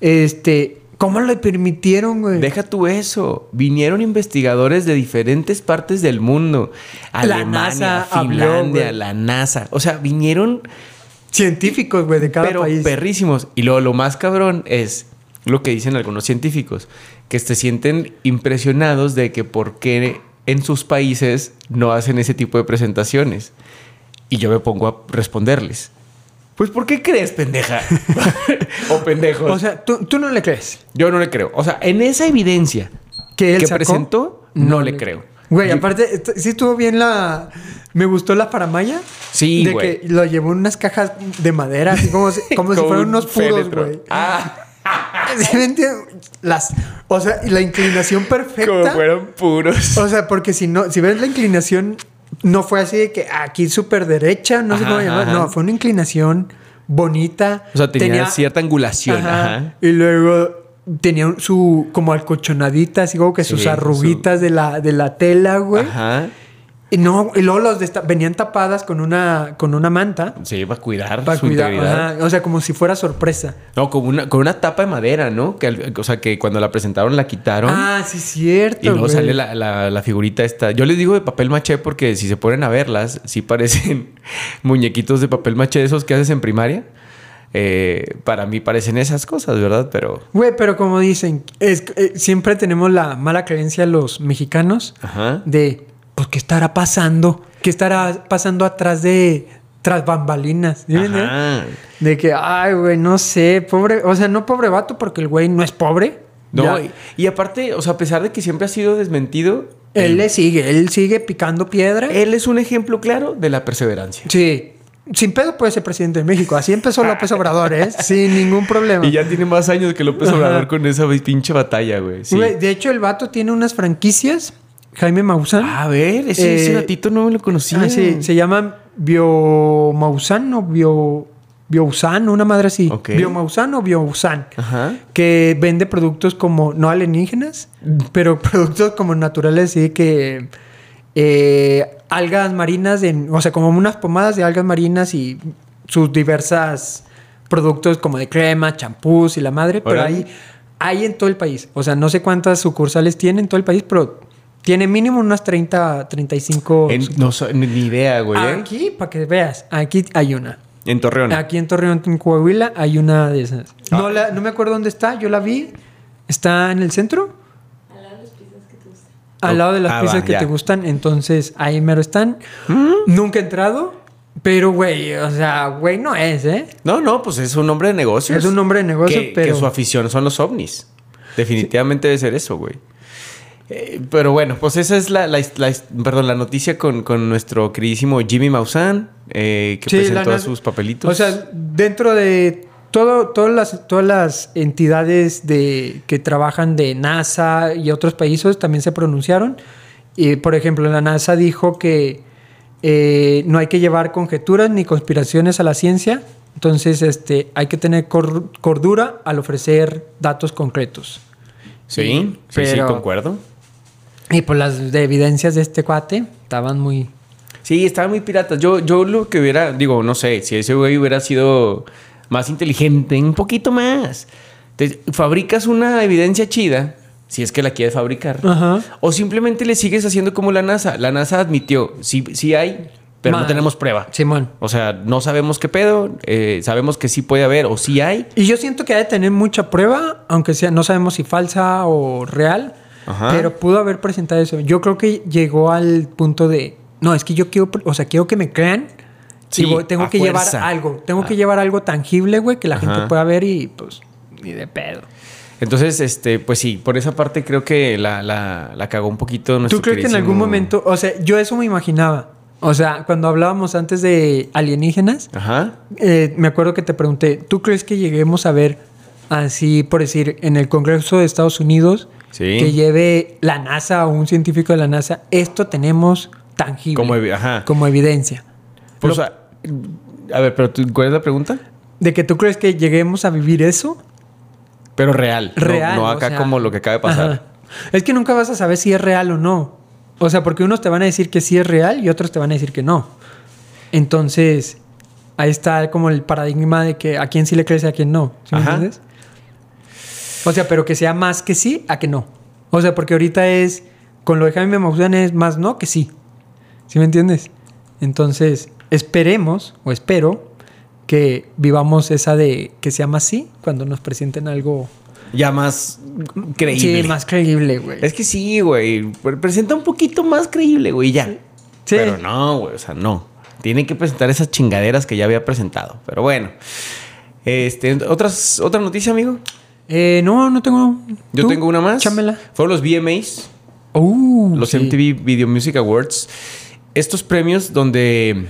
S4: este, ¿cómo le permitieron, güey?
S3: Deja tú eso. Vinieron investigadores de diferentes partes del mundo.
S4: La
S3: Alemania,
S4: NASA habló,
S3: Finlandia,
S4: güey.
S3: la NASA. O sea, vinieron
S4: Científicos, güey, de cada
S3: pero
S4: país.
S3: perrísimos. Y luego lo más cabrón es lo que dicen algunos científicos, que se sienten impresionados de que por qué en sus países no hacen ese tipo de presentaciones. Y yo me pongo a responderles. Pues, ¿por qué crees, pendeja? o pendejos.
S4: o sea, ¿tú, tú no le crees
S3: yo no le creo. O sea, en esa evidencia
S4: que él
S3: que
S4: sacó?
S3: presentó, no, le creo.
S4: Güey,
S3: Yo-
S4: aparte, est- sí estuvo bien la... Me gustó la paramaya.
S3: Sí,
S4: De
S3: güey.
S4: que lo llevó en unas cajas de madera, así como si, como si
S3: Con
S4: fueran
S3: un
S4: unos puros,
S3: féretro.
S4: güey.
S3: Ah,
S4: ¿Sí me entiendes? Las... O sea, y la inclinación perfecta.
S3: como fueron puros.
S4: O sea, porque si no, si ves la inclinación, no fue así de que aquí súper derecha, no sé
S3: Ajá,
S4: cómo llamar.
S3: ajá,
S4: No,
S3: ajá.
S4: fue una inclinación bonita.
S3: O sea, tenía, cierta angulación.
S4: Ajá.
S3: ajá.
S4: Y luego tenía un- su como alcochonadita, así como que
S3: Sí,
S4: sus
S3: su-
S4: arruguitas de, la, de la tela, güey.
S3: Ajá.
S4: Y no, y luego los desta- venían tapadas con una, con una manta
S3: Sí, para cuidar
S4: para
S3: Ah, su
S4: cuidar.
S3: integridad.
S4: ajá. O sea, como si fuera sorpresa.
S3: No, con una, con una tapa de madera, ¿no? Que, al- o sea, que cuando la presentaron la quitaron.
S4: Ah, sí, cierto.
S3: y luego
S4: güey.
S3: sale la, la- la figurita esta. Yo les digo de papel maché porque si se ponen a verlas, sí parecen muñequitos de papel maché esos que haces en primaria. Eh, para mí parecen esas cosas, ¿verdad? Pero...
S4: Güey, pero como dicen, es- eh, siempre tenemos la mala creencia los mexicanos
S3: Ajá.
S4: de, pues, ¿qué estará pasando? ¿Qué estará pasando atrás de, tras bambalinas? ¿Sí me entiendes?
S3: Ajá.
S4: De que, ay, güey, no sé, pobre, o sea, no pobre vato porque el güey no es pobre.
S3: No,
S4: Ya.
S3: y, y aparte, o sea, a pesar de que siempre ha sido desmentido,
S4: Él le sigue, él sigue picando piedra.
S3: él es un ejemplo claro de la perseverancia.
S4: Sí. Sin pedo puede ser presidente de México. Así empezó López Obrador, ¿eh? Sin ningún problema.
S3: Y ya tiene más años que López
S4: Ajá.
S3: Obrador con esa pinche batalla, güey. Sí.
S4: Güey, de hecho, el vato tiene unas franquicias. Jaime Maussan.
S3: A ver, ese, ese
S4: Eh,
S3: gatito no me lo conocía.
S4: Ah, sí, se llaman Biomausan o Bio, Biousan, una madre así.
S3: Ok.
S4: Biomausan o Biousan.
S3: Ajá.
S4: Que vende productos como, no alienígenas, pero productos como naturales, así que eh, algas marinas, en- o sea, como unas pomadas de algas marinas y sus diversas productos como de crema, champús y la madre, pero
S3: Órale.
S4: ahí hay en todo el país. O sea, no sé cuántas sucursales tiene en todo el país, pero tiene mínimo unas 30, 35
S3: En- no, so- ni ni idea, güey. ¿eh?
S4: Aquí, para que veas, aquí hay una.
S3: En Torreón.
S4: Aquí en Torreón, en Coahuila, hay una de esas.
S3: Ah.
S4: No, la- no me acuerdo dónde está, yo la vi. ¿Está en el centro? Al lado de las
S3: Ah,
S4: pizzas
S3: va,
S4: que
S3: ya. ¿Mm?
S4: te gustan. Entonces, ahí mero están. Nunca he entrado, pero güey, o sea, güey no es, ¿eh?
S3: No, no, pues es un hombre de negocios.
S4: Es un hombre de negocio,
S3: que,
S4: pero-
S3: que su afición son los ovnis. Definitivamente debe ser eso, güey. Eh, pero bueno, pues esa es la, la his- la his- perdón, la noticia con, con nuestro queridísimo Jimmy Maussan, eh, que
S4: Sí, la
S3: presentó a
S4: neta-
S3: sus papelitos.
S4: O sea, dentro de todo, todas, las, todas las entidades de, que trabajan de NASA y otros países también se pronunciaron. Y, por ejemplo, la NASA dijo que eh, no hay que llevar conjeturas ni conspiraciones a la ciencia. Entonces, este, hay que tener cor- cordura al ofrecer datos concretos.
S3: sí, sí, sí,
S4: pero-
S3: concuerdo.
S4: Y pues las de evidencias de este cuate estaban muy...
S3: Sí, estaban muy piratas. Yo, yo lo que hubiera, digo, no sé, si ese güey hubiera sido más inteligente, un poquito más. Te- fabricas una evidencia chida, si es que la quieres fabricar.
S4: Ajá.
S3: O simplemente le sigues haciendo como la NASA. La NASA admitió, sí, sí hay, pero no
S4: Mal.
S3: tenemos prueba.
S4: Simón.
S3: O sea, no sabemos qué pedo, eh, sabemos que sí puede haber o sí hay.
S4: Y yo siento que ha de tener mucha prueba, aunque sea, no sabemos si falsa o real,
S3: Ajá.
S4: pero pudo haber presentado eso. Yo creo que llegó al punto de, no, es que yo quiero, pr- o sea, quiero que me crean.
S3: Sí,
S4: y voy- tengo
S3: a
S4: que
S3: fuerza. Ah.
S4: llevar algo, tengo que llevar algo tangible, güey, que la
S3: Ajá.
S4: gente pueda ver y pues ni de pedo.
S3: Entonces, este, pues sí, por esa parte creo que la, la, la cagó un poquito nuestro
S4: ¿Tú crees que en
S3: queridísimo-
S4: algún momento, o sea, yo eso me imaginaba? O sea, cuando hablábamos antes de alienígenas,
S3: Ajá.
S4: Eh, me acuerdo que te pregunté, ¿tú crees que lleguemos a ver así, por decir, en el Congreso de Estados Unidos,
S3: Sí.
S4: que lleve la NASA o un científico de la NASA, esto tenemos tangible,
S3: Como evi- ajá.
S4: como evidencia?
S3: O
S4: Lo-
S3: sea, Pues, a ver, pero tú- ¿cuál es la pregunta?
S4: de que tú crees que lleguemos a vivir eso
S3: Pero real. no-
S4: real.
S3: No,
S4: o
S3: acá
S4: sea.
S3: como lo que acaba de pasar.
S4: Ajá. Es que nunca vas a saber si es real o no. O sea, porque unos te van a decir que sí es real y otros te van a decir que no. Entonces, ahí está como el paradigma de que a quién sí le crees y a quién no. ¿Sí me
S3: Ajá.
S4: entiendes? O sea, pero que sea más que sí a que no. O sea, porque ahorita es, con lo de Jaime Maussan es más no que sí. ¿Sí me entiendes? Entonces, esperemos o espero que vivamos esa de que sea más sí cuando nos presenten algo
S3: Ya más creíble.
S4: Sí, más creíble, güey.
S3: Es que sí, güey. pre- Presenta un poquito más creíble, güey, ya.
S4: Sí.
S3: Pero no, güey, o sea, no. Tiene que presentar esas chingaderas que ya había presentado. Pero bueno. Este, otras, otra noticia, amigo.
S4: Eh, no, no tengo.
S3: Yo
S4: ¿Tú?
S3: tengo una más.
S4: Chámela.
S3: Fueron los VMAs,
S4: Uh,
S3: los
S4: sí.
S3: MTV Video Music Awards. Estos premios donde.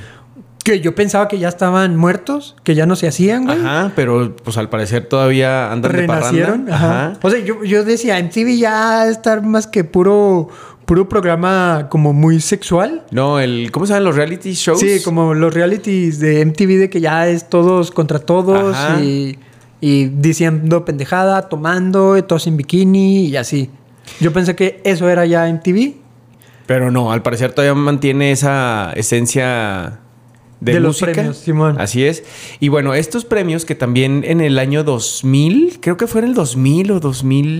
S4: Que yo pensaba que ya estaban muertos, que ya no se hacían, güey.
S3: Ajá, pero pues al parecer todavía andan
S4: Renacieron.
S3: de parranda.
S4: Ajá. O sea, yo, yo decía, MTV ya estar más que puro, puro programa como muy sexual.
S3: No, el. ¿Cómo se llaman los reality shows?
S4: Sí, como los realities de MTV de que ya es todos contra todos
S3: Ajá.
S4: y, y diciendo pendejada, tomando, todos en bikini y así. Yo pensé que eso era ya MTV,
S3: Pero no, al parecer todavía mantiene esa esencia de,
S4: De los
S3: música.
S4: premios, Simón.
S3: Así es. Y bueno, estos premios que también en el año 2000, creo que fue en el 2000 o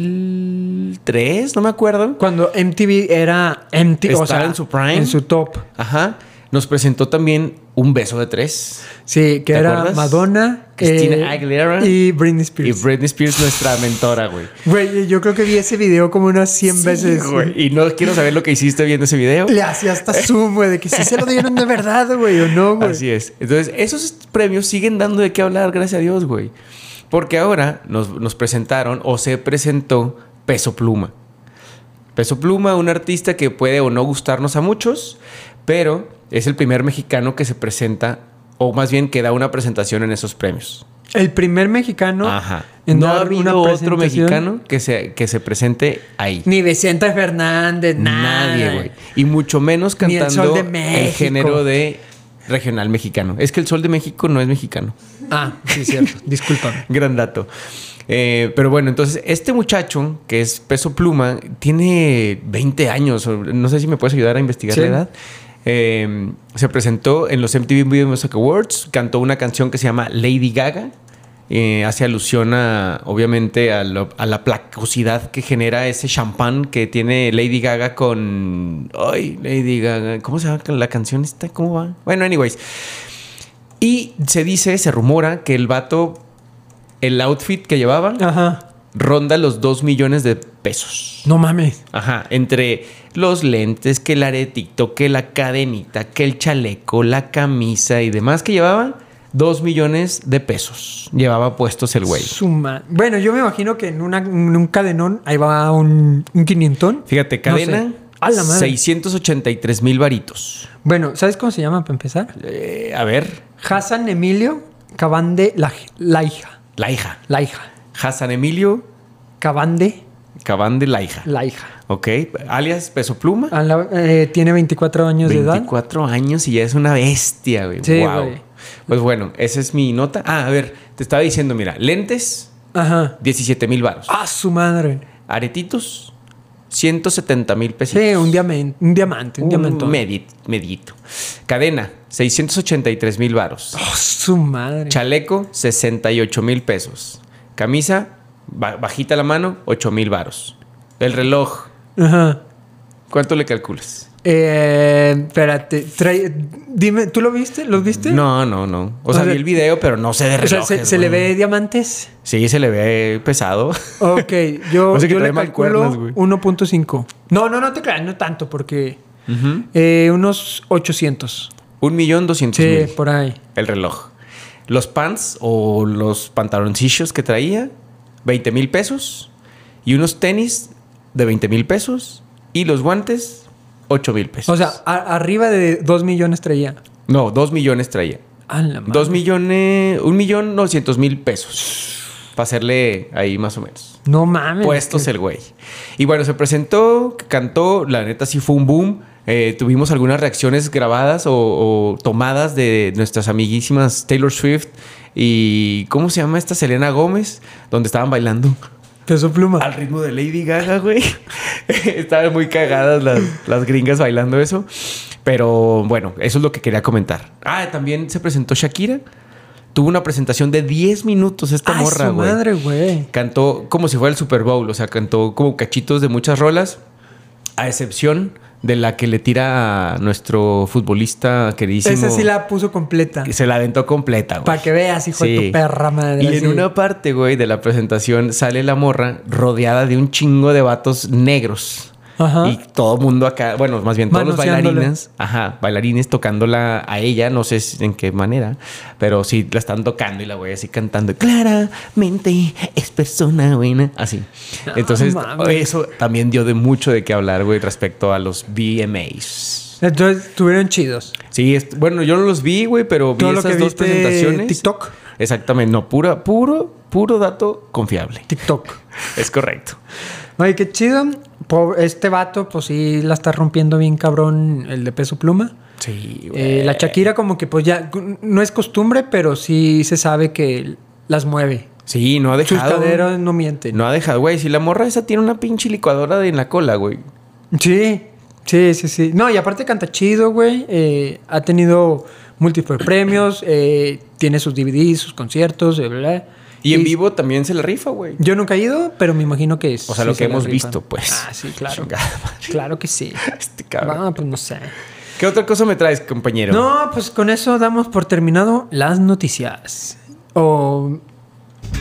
S3: 2003, no me acuerdo.
S4: Cuando MTV era MTV, o
S3: Estaba
S4: sea,
S3: en su prime.
S4: en su top.
S3: Ajá. Nos presentó también Un beso de tres.
S4: Sí, que
S3: ¿Te
S4: era
S3: acuerdas?
S4: Madonna,
S3: Cristina
S4: eh,
S3: Aguilera
S4: y Britney
S3: Y
S4: Spears.
S3: Britney Spears, nuestra mentora, güey.
S4: Güey, yo creo que vi ese video como unas 100 veces.
S3: Güey, Y no quiero saber lo que hiciste viendo ese video.
S4: Le hacía hasta zoom, güey, de que si se lo dieron de verdad, güey, o no, güey.
S3: Así es. Entonces, esos premios siguen dando de qué hablar, gracias a Dios, güey. Porque ahora nos, nos presentaron o se presentó Peso Pluma. Peso Pluma, un artista que puede o no gustarnos a muchos, pero es el primer mexicano que se presenta, o más bien que da una presentación en esos premios.
S4: El primer mexicano
S3: Ajá.
S4: en
S3: No ha
S4: dar una
S3: habido otro
S4: presentación.
S3: mexicano que se, que se presente ahí.
S4: Ni Vicente Fernández, nada.
S3: Nadie, güey. Y mucho menos
S4: Ni el Sol
S3: cantando
S4: de
S3: el
S4: México.
S3: género de regional mexicano. Es que el Sol de México no es mexicano.
S4: Ah, sí, cierto. Discúlpame.
S3: Gran dato. Eh, pero bueno, entonces este muchacho que es peso pluma tiene 20 años. o No sé si me puedes ayudar a investigar
S4: Sí.
S3: la edad. Eh, se presentó en los MTV Video Music Awards, cantó una canción que se llama Lady Gaga. eh, hace alusión a, obviamente, a, lo- a la placosidad que genera ese champán que tiene Lady Gaga con. Ay, Lady Gaga. ¿Cómo se llama la canción esta? ¿Cómo va? Bueno, anyways. Y se dice, se rumora que el vato, el outfit que llevaba,
S4: Ajá.
S3: ronda los 2 millones de pesos.
S4: No mames.
S3: Ajá, entre los lentes, que el aretito, que la cadenita, que el chaleco, la camisa y demás que llevaba, 2 millones de pesos llevaba puestos el güey.
S4: Suma. Bueno, yo me imagino que en, una, en un cadenón ahí va un, un quinientón.
S3: Fíjate,
S4: No sé.
S3: cadena,
S4: A la madre.
S3: 683 mil varitos.
S4: Bueno, ¿sabes cómo se llama para empezar?
S3: Eh, a ver,
S4: Hassan Emilio Cabande Laj- Laija.
S3: la hija.
S4: Laija.
S3: Hassan Emilio
S4: Cabande
S3: Cabán de la hija.
S4: Laija.
S3: Ok, alias Peso Pluma.
S4: A la- eh, tiene 24 años de edad.
S3: 24 años y ya es una bestia, güey.
S4: Sí,
S3: Guau.
S4: güey.
S3: Pues bueno, esa es mi nota. Ah, a ver, te estaba diciendo, mira, lentes,
S4: Ajá.
S3: 17 mil baros.
S4: ¡Ah, su madre!
S3: Aretitos, 170 mil pesos.
S4: Sí, un, diamante, un diamante, un, diamantón.
S3: medit- medito. Cadena, 683 mil baros.
S4: ¡Ah, su madre!
S3: Chaleco, 68 mil pesos. Camisa, ba- bajita la mano, 8 mil baros. El reloj,
S4: Ajá.
S3: ¿cuánto le calculas?
S4: Eh, espérate. trae- dime, ¿tú lo viste? ¿Los viste?
S3: No, no, no. O sea,
S4: sea,
S3: vi el video, pero no sé de
S4: O sea,
S3: relojes.
S4: ¿se, se le
S3: güey.
S4: ve diamantes?
S3: Sí, se le ve pesado.
S4: Ok, yo,
S3: Parece que
S4: yo le
S3: trae
S4: calculo
S3: mancuernas, güey.
S4: 1.5. No, no, no te creas, no tanto, porque eh, unos 800.
S3: Un millón doscientos
S4: Sí,
S3: mil.
S4: por ahí.
S3: El reloj. Los pants o los pantaloncillos que traía, 20 mil pesos. Y unos tenis de 20 mil pesos. Y los guantes, 8 mil pesos.
S4: O sea, a- arriba de 2 millones traía.
S3: no, 2 millones traía.
S4: A la madre.
S3: 2 millones, un millón novecientos mil pesos. Para hacerle ahí más o menos.
S4: No mames.
S3: puestos el güey. Y bueno, se presentó, cantó, la neta sí fue un boom. eh, tuvimos algunas reacciones grabadas o, o tomadas de nuestras amiguísimas Taylor Swift y ¿cómo se llama esta? Selena Gómez, donde estaban bailando
S4: Peso
S3: al
S4: pluma.
S3: ritmo de Lady Gaga, güey. Estaban muy cagadas las, las gringas bailando eso. Pero bueno, eso es lo que quería comentar. Ah, también se presentó Shakira. Tuvo una presentación de 10 minutos esta
S4: Ah,
S3: morra,
S4: su
S3: güey.
S4: madre, güey.
S3: Cantó como si fuera el Super Bowl, o sea, cantó como cachitos de muchas rolas, a excepción de la que le tira a nuestro futbolista queridísimo.
S4: Esa sí la puso completa.
S3: Se la aventó completa, güey.
S4: Para que veas, hijo de
S3: Sí.
S4: tu perra madre.
S3: Y
S4: así.
S3: en una parte, güey, de la presentación sale la morra rodeada de un chingo de vatos negros.
S4: Ajá.
S3: Y todo mundo acá, bueno, más bien todos los
S4: Manoseándola.
S3: bailarines, ajá, bailarines tocándola a ella, no sé si- en qué manera, pero sí la están tocando y la güey así cantando, claramente es persona buena, así. Entonces,
S4: No Ah, mames.
S3: eso también dio de mucho de qué hablar, güey, respecto a los VMAs.
S4: Entonces, estuvieron chidos.
S3: Sí, est- bueno, yo no los vi, güey, pero vi
S4: Todo lo
S3: esas
S4: que
S3: dos
S4: viste
S3: presentaciones.
S4: TikTok.
S3: Exactamente, no, pura, puro, puro dato confiable.
S4: TikTok.
S3: Es correcto.
S4: Oye, qué chido. Pobre- este vato, pues sí, la está rompiendo bien cabrón el de peso pluma.
S3: Sí,
S4: Eh, la Shakira como que pues ya no es costumbre, pero sí se sabe que las mueve.
S3: Sí, no ha
S4: Sus
S3: dejado.
S4: caderas no mienten.
S3: No ha dejado, güey. Si la morra esa tiene una pinche licuadora de en la cola, güey.
S4: Sí, sí, sí, sí. No, y aparte canta chido, güey. Eh, ha tenido múltiples premios, eh, tiene sus DVDs, sus conciertos, bla, bla, bla.
S3: Y en vivo también se la rifa, güey.
S4: Yo nunca he ido, pero me imagino que
S3: O sea, lo que hemos visto, pues.
S4: Ah, sí, claro.
S3: Chingada madre.
S4: Claro que sí.
S3: Este cabrón.
S4: Ah, pues no sé.
S3: ¿Qué otra cosa me traes, compañero?
S4: No, pues con eso damos por terminado las noticias. O
S3: Muy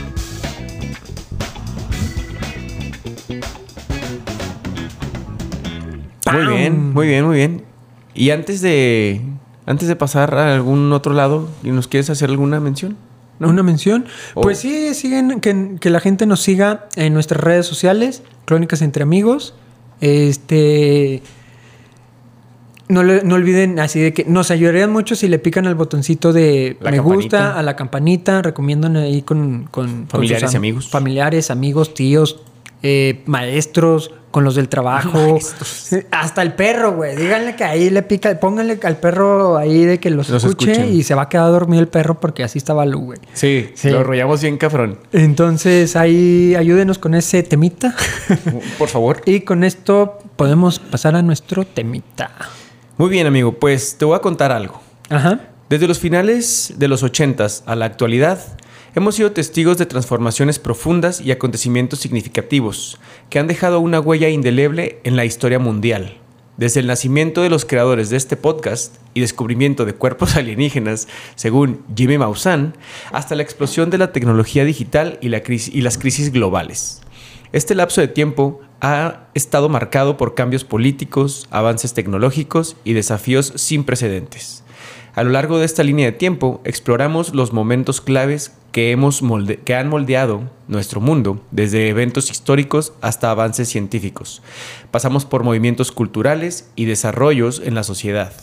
S4: ¡Pam!
S3: bien, muy bien, muy bien. Y antes de. Antes de pasar a algún otro lado, ¿y ¿nos quieres hacer alguna mención?
S4: una mención.
S3: Oh.
S4: Pues sí, siguen que, que la gente nos siga en nuestras redes sociales, Crónicas entre Amigos. Este no, le- no olviden así de que nos ayudarían mucho si le pican al botoncito de
S3: La
S4: me gusta,
S3: campanita.
S4: a la campanita, recomiendan ahí con, con- con
S3: Familiares y amigos.
S4: Familiares, amigos, tíos, eh, maestros, con los del trabajo. Hasta el perro, güey. Díganle que ahí le pica, pónganle al perro ahí de que los,
S3: Los
S4: escuche
S3: escuchen.
S4: y se va a quedar dormido el perro porque así estaba Lu, güey.
S3: Sí,
S4: Sí.
S3: lo rollamos bien, cabrón.
S4: Entonces ahí ayúdenos con ese temita.
S3: Por favor.
S4: y con esto podemos pasar a nuestro temita.
S3: Muy bien, amigo. Pues te voy a contar algo.
S4: Ajá.
S3: Desde los finales de los 80s a la actualidad, hemos sido testigos de transformaciones profundas y acontecimientos significativos que han dejado una huella indeleble en la historia mundial. Desde el nacimiento de los creadores de este podcast y descubrimiento de cuerpos alienígenas, según Jimmy Maussan, hasta la explosión de la tecnología digital y, la cris- y las crisis globales. Este lapso de tiempo ha estado marcado por cambios políticos, avances tecnológicos y desafíos sin precedentes. A lo largo de esta línea de tiempo exploramos los momentos claves que, hemos molde- que han moldeado nuestro mundo, desde eventos históricos hasta avances científicos. Pasamos por movimientos culturales y desarrollos en la sociedad.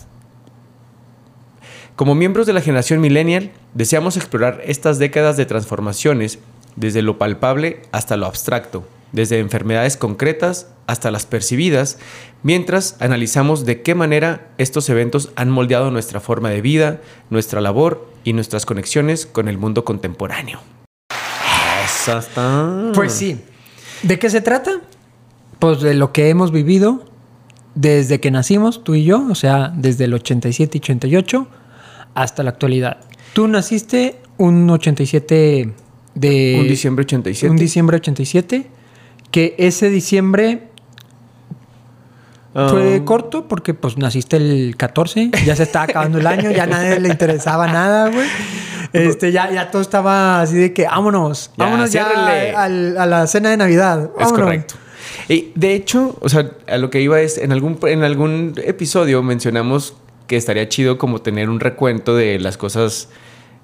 S3: Como miembros de la generación millennial, deseamos explorar estas décadas de transformaciones desde lo palpable hasta lo abstracto, desde enfermedades concretas hasta las percibidas, mientras analizamos de qué manera estos eventos han moldeado nuestra forma de vida, nuestra labor y nuestras conexiones con el mundo contemporáneo. Eso está.
S4: Pues sí. ¿De qué se trata? Pues de lo que hemos vivido desde que nacimos, tú y yo, o sea, desde el 87 y 88 hasta la actualidad. Tú naciste un 87 de...
S3: Un diciembre 87.
S4: Un diciembre 87, que ese diciembre
S3: Ah.
S4: Fue corto porque pues naciste el 14, ya se estaba acabando el año, ya a nadie le interesaba nada, güey. Este, ya, ya todo estaba así de que vámonos,
S3: Ya,
S4: vámonos
S3: ciérrenle.
S4: ya al- a la cena de Navidad.
S3: Es
S4: vámonos.
S3: correcto. Y de hecho, o sea, a lo que iba es, en algún, en algún episodio mencionamos que estaría chido como tener un recuento de las cosas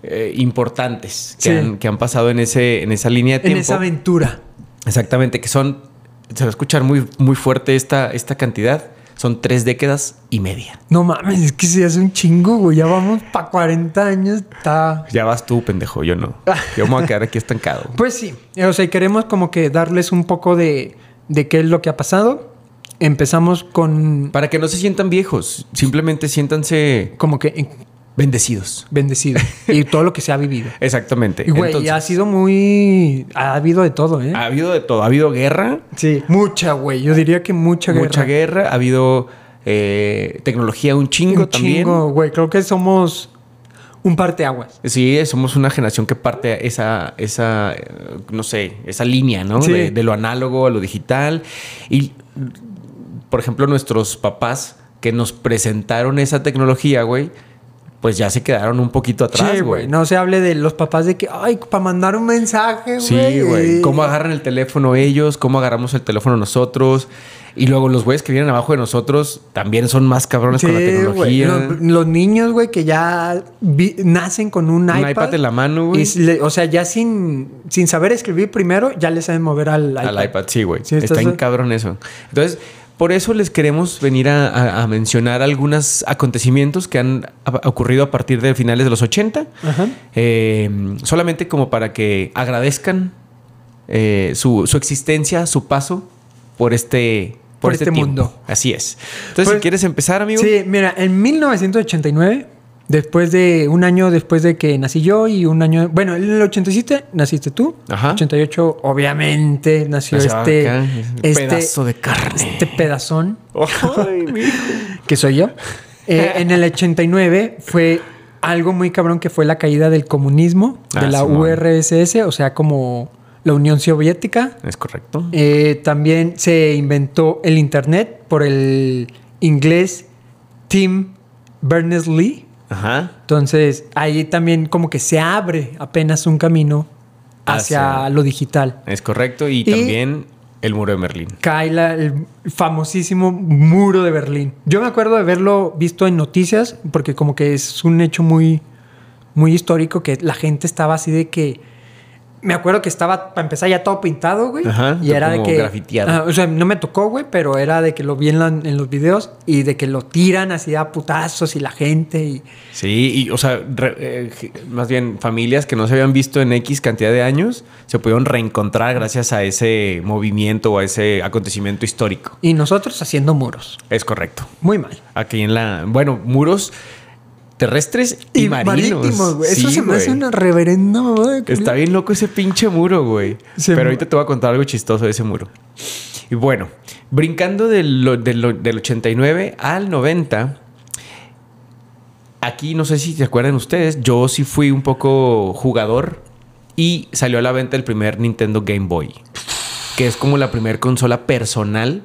S3: eh, importantes que,
S4: Sí.
S3: han, que han pasado en, ese, en esa línea de
S4: En
S3: tiempo.
S4: esa aventura.
S3: Exactamente, que son, se va a escuchar muy, muy fuerte esta, esta cantidad, son tres décadas y media.
S4: No mames, es que se hace un chingo, güey. Ya vamos para 40 años. Está.
S3: Ya vas tú, pendejo, yo no. Yo me voy a quedar aquí estancado.
S4: eh, Pues sí, o sea, y queremos como que darles un poco de, de qué es lo que ha pasado, empezamos con
S3: Para que no se sientan viejos, simplemente siéntanse
S4: como que en-
S3: bendecidos.
S4: bendecido y todo lo que se ha vivido.
S3: Exactamente.
S4: Y güey,
S3: Eh, Entonces, Ah.
S4: ha sido muy ha habido de todo, ¿eh?
S3: ha habido de todo, ha habido guerra,
S4: Sí, mucha, güey. Yo diría que mucha guerra.
S3: mucha guerra, ha habido eh, tecnología un chingo
S4: Un
S3: también.
S4: chingo, güey. Creo que somos un parteaguas.
S3: Sí, somos una generación que parte esa, esa, eh, no sé, esa línea, ¿no?
S4: Sí.
S3: De, de lo análogo a lo digital. Y, por ejemplo, nuestros papás que nos presentaron esa tecnología, güey, pues ya se quedaron un poquito atrás,
S4: Sí,
S3: güey.
S4: güey. No se hable de los papás de que, ay, para mandar un mensaje, güey.
S3: Sí, güey. Cómo agarran el teléfono ellos, cómo agarramos el teléfono nosotros. Y luego los güeyes que vienen abajo de nosotros también son más cabrones con la
S4: Sí, güey.
S3: tecnología.
S4: Los, los niños, güey, que ya vi- nacen con un,
S3: Un
S4: iPad.
S3: iPad en la mano, güey.
S4: y s- le- O sea, ya sin, sin saber escribir primero, ya le saben mover al iPad.
S3: Al iPad, sí, güey.
S4: Sí,
S3: Está
S4: estás-
S3: bien cabrón eso. Entonces, por eso les queremos venir a, a- a mencionar algunos acontecimientos que han a- ocurrido a partir de finales de los 80.
S4: Ajá.
S3: Eh, solamente como para que agradezcan eh, su, su existencia, su paso por este, por
S4: Por
S3: este,
S4: este
S3: tiempo.
S4: mundo.
S3: Así es. Entonces,
S4: Pues-
S3: si quieres empezar, amigo.
S4: Sí, mira, en 1989, después de un año después de que nací yo y un año, bueno, en el 87 naciste tú,
S3: Ajá.
S4: 88 obviamente nació
S3: Nació
S4: este,
S3: acá,
S4: este
S3: pedazo de carne. Oh.
S4: este pedazón
S3: Ay, mi hijo.
S4: que soy yo. Eh, en el 89 fue algo muy cabrón que fue la caída del comunismo de
S3: Ah,
S4: la
S3: Simón.
S4: URSS, o sea, como la Unión Soviética.
S3: es correcto.
S4: Eh, también se inventó el Internet por el inglés Tim Berners-Lee.
S3: Ajá.
S4: Entonces, ahí también como que se abre apenas un camino hacia
S3: Hacia-
S4: lo digital.
S3: Es correcto. Y,
S4: Y-
S3: también el muro de Merlín.
S4: Cae la- el famosísimo muro de Berlín. Yo me acuerdo de haberlo visto en noticias, porque como que es un hecho muy, muy histórico que la gente estaba así de que. Me acuerdo que estaba, para empezar, ya todo pintado, güey.
S3: Ajá,
S4: y era de
S3: como
S4: que.
S3: grafiteado.
S4: Ah, o sea, no me tocó, güey, pero era de que lo vi en, la- en los videos y de que lo tiran así a putazos y la gente. Y,
S3: Sí, y o sea, re- eh, je- más bien familias que no se habían visto en X cantidad de años se pudieron reencontrar gracias a ese movimiento o a ese acontecimiento histórico.
S4: y nosotros haciendo muros.
S3: Es correcto.
S4: Muy mal.
S3: Aquí en la, bueno, muros terrestres y, marinos.
S4: marítimos, güey. Eso
S3: Sí,
S4: se me hace
S3: güey.
S4: una reverenda mamada. que-
S3: Está bien loco ese pinche muro, güey.
S4: Se
S3: Pero
S4: mu-
S3: ahorita te voy a contar algo chistoso de ese muro. Y bueno, brincando del, lo- del lo- del 89 al 90, aquí no sé si se acuerdan ustedes, yo sí fui un poco jugador y salió a la venta el primer Nintendo Game Boy, que es como la primera consola personal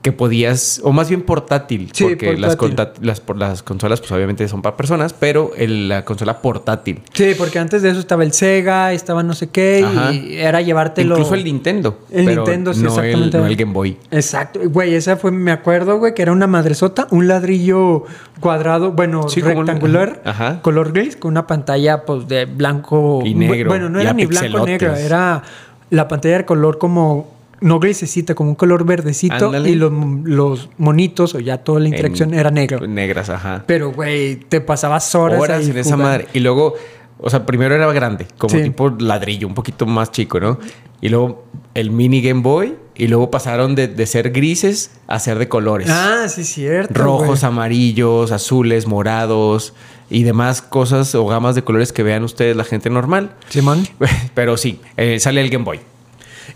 S3: que podías, o más bien portátil,
S4: Sí,
S3: porque Las,
S4: portátil.
S3: conta- las, por- las consolas pues obviamente son para personas, pero el- la consola portátil.
S4: Sí, porque antes de eso estaba el Sega, estaba no sé qué,
S3: Ajá.
S4: y era llevártelo.
S3: Incluso el Nintendo.
S4: El
S3: pero
S4: Nintendo, sí,
S3: no
S4: exactamente.
S3: El, no el Game Boy.
S4: Exacto, güey, esa fue, me acuerdo, güey, que era una madresota, un ladrillo cuadrado, bueno,
S3: Sí, como un-
S4: rectangular,
S3: ajá.
S4: color gris, con una pantalla, pues, de blanco.
S3: Y negro,
S4: Bueno, no
S3: y
S4: era
S3: a
S4: ni blanco
S3: pixelotes.
S4: negro, era la pantalla de color como, no grisecita, como un color verdecito,
S3: Ándale.
S4: y los, los monitos, o ya toda la interacción
S3: En-
S4: era negro.
S3: Negras, ajá.
S4: Pero, güey, te pasabas horas.
S3: Horas,
S4: ahí
S3: en esa
S4: jugando.
S3: madre. Y luego, o sea, primero era grande, como
S4: Sí.
S3: tipo ladrillo, un poquito más chico, ¿no? Y luego el mini Game Boy. Y luego pasaron de, de ser grises a ser de colores.
S4: Ah, sí, cierto.
S3: Rojos,
S4: güey.
S3: amarillos, azules, morados y demás cosas o gamas de colores que vean ustedes la gente normal.
S4: Simón.
S3: Pero sí, eh, sale el Game Boy.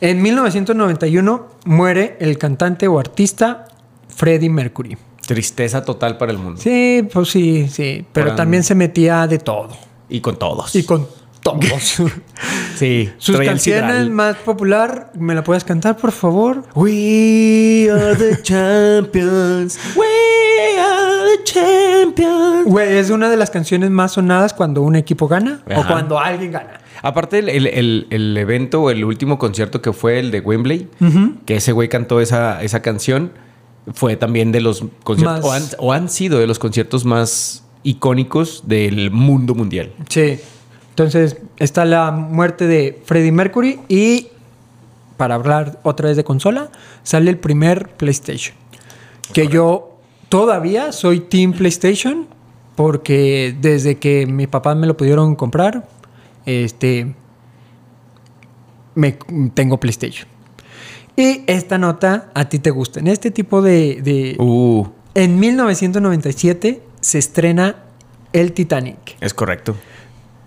S4: En 1991 muere el cantante o artista Freddie Mercury.
S3: Tristeza total para el mundo.
S4: Sí, pues sí, sí. Pero
S3: Ahora,
S4: también se metía de todo.
S3: Y con todos.
S4: Y con todos.
S3: Sí,
S4: Sus
S3: traía el
S4: canciones
S3: sidral.
S4: más popular, ¿me la puedes cantar, por favor?
S5: We are the champions. We are the champions.
S4: Güey, es una de las canciones más sonadas cuando un equipo gana o
S3: Ajá.
S4: cuando alguien gana.
S3: Aparte, el, el- el- el evento o el último concierto que fue el de Wembley, que ese güey cantó esa, esa canción, fue también de los conciertos,
S4: Más-
S3: o, han, o han sido de los conciertos más icónicos del mundo mundial.
S4: Sí. Entonces, está la muerte de Freddie Mercury y, para hablar otra vez de consola, sale el primer PlayStation. Que yo todavía soy Team PlayStation porque desde que mi papá me lo pudieron comprar, este, me, tengo PlayStation. Y esta nota a ti te gusta. En este tipo de... de-
S3: Uh,
S4: En 1997 se estrena El Titanic.
S3: es correcto.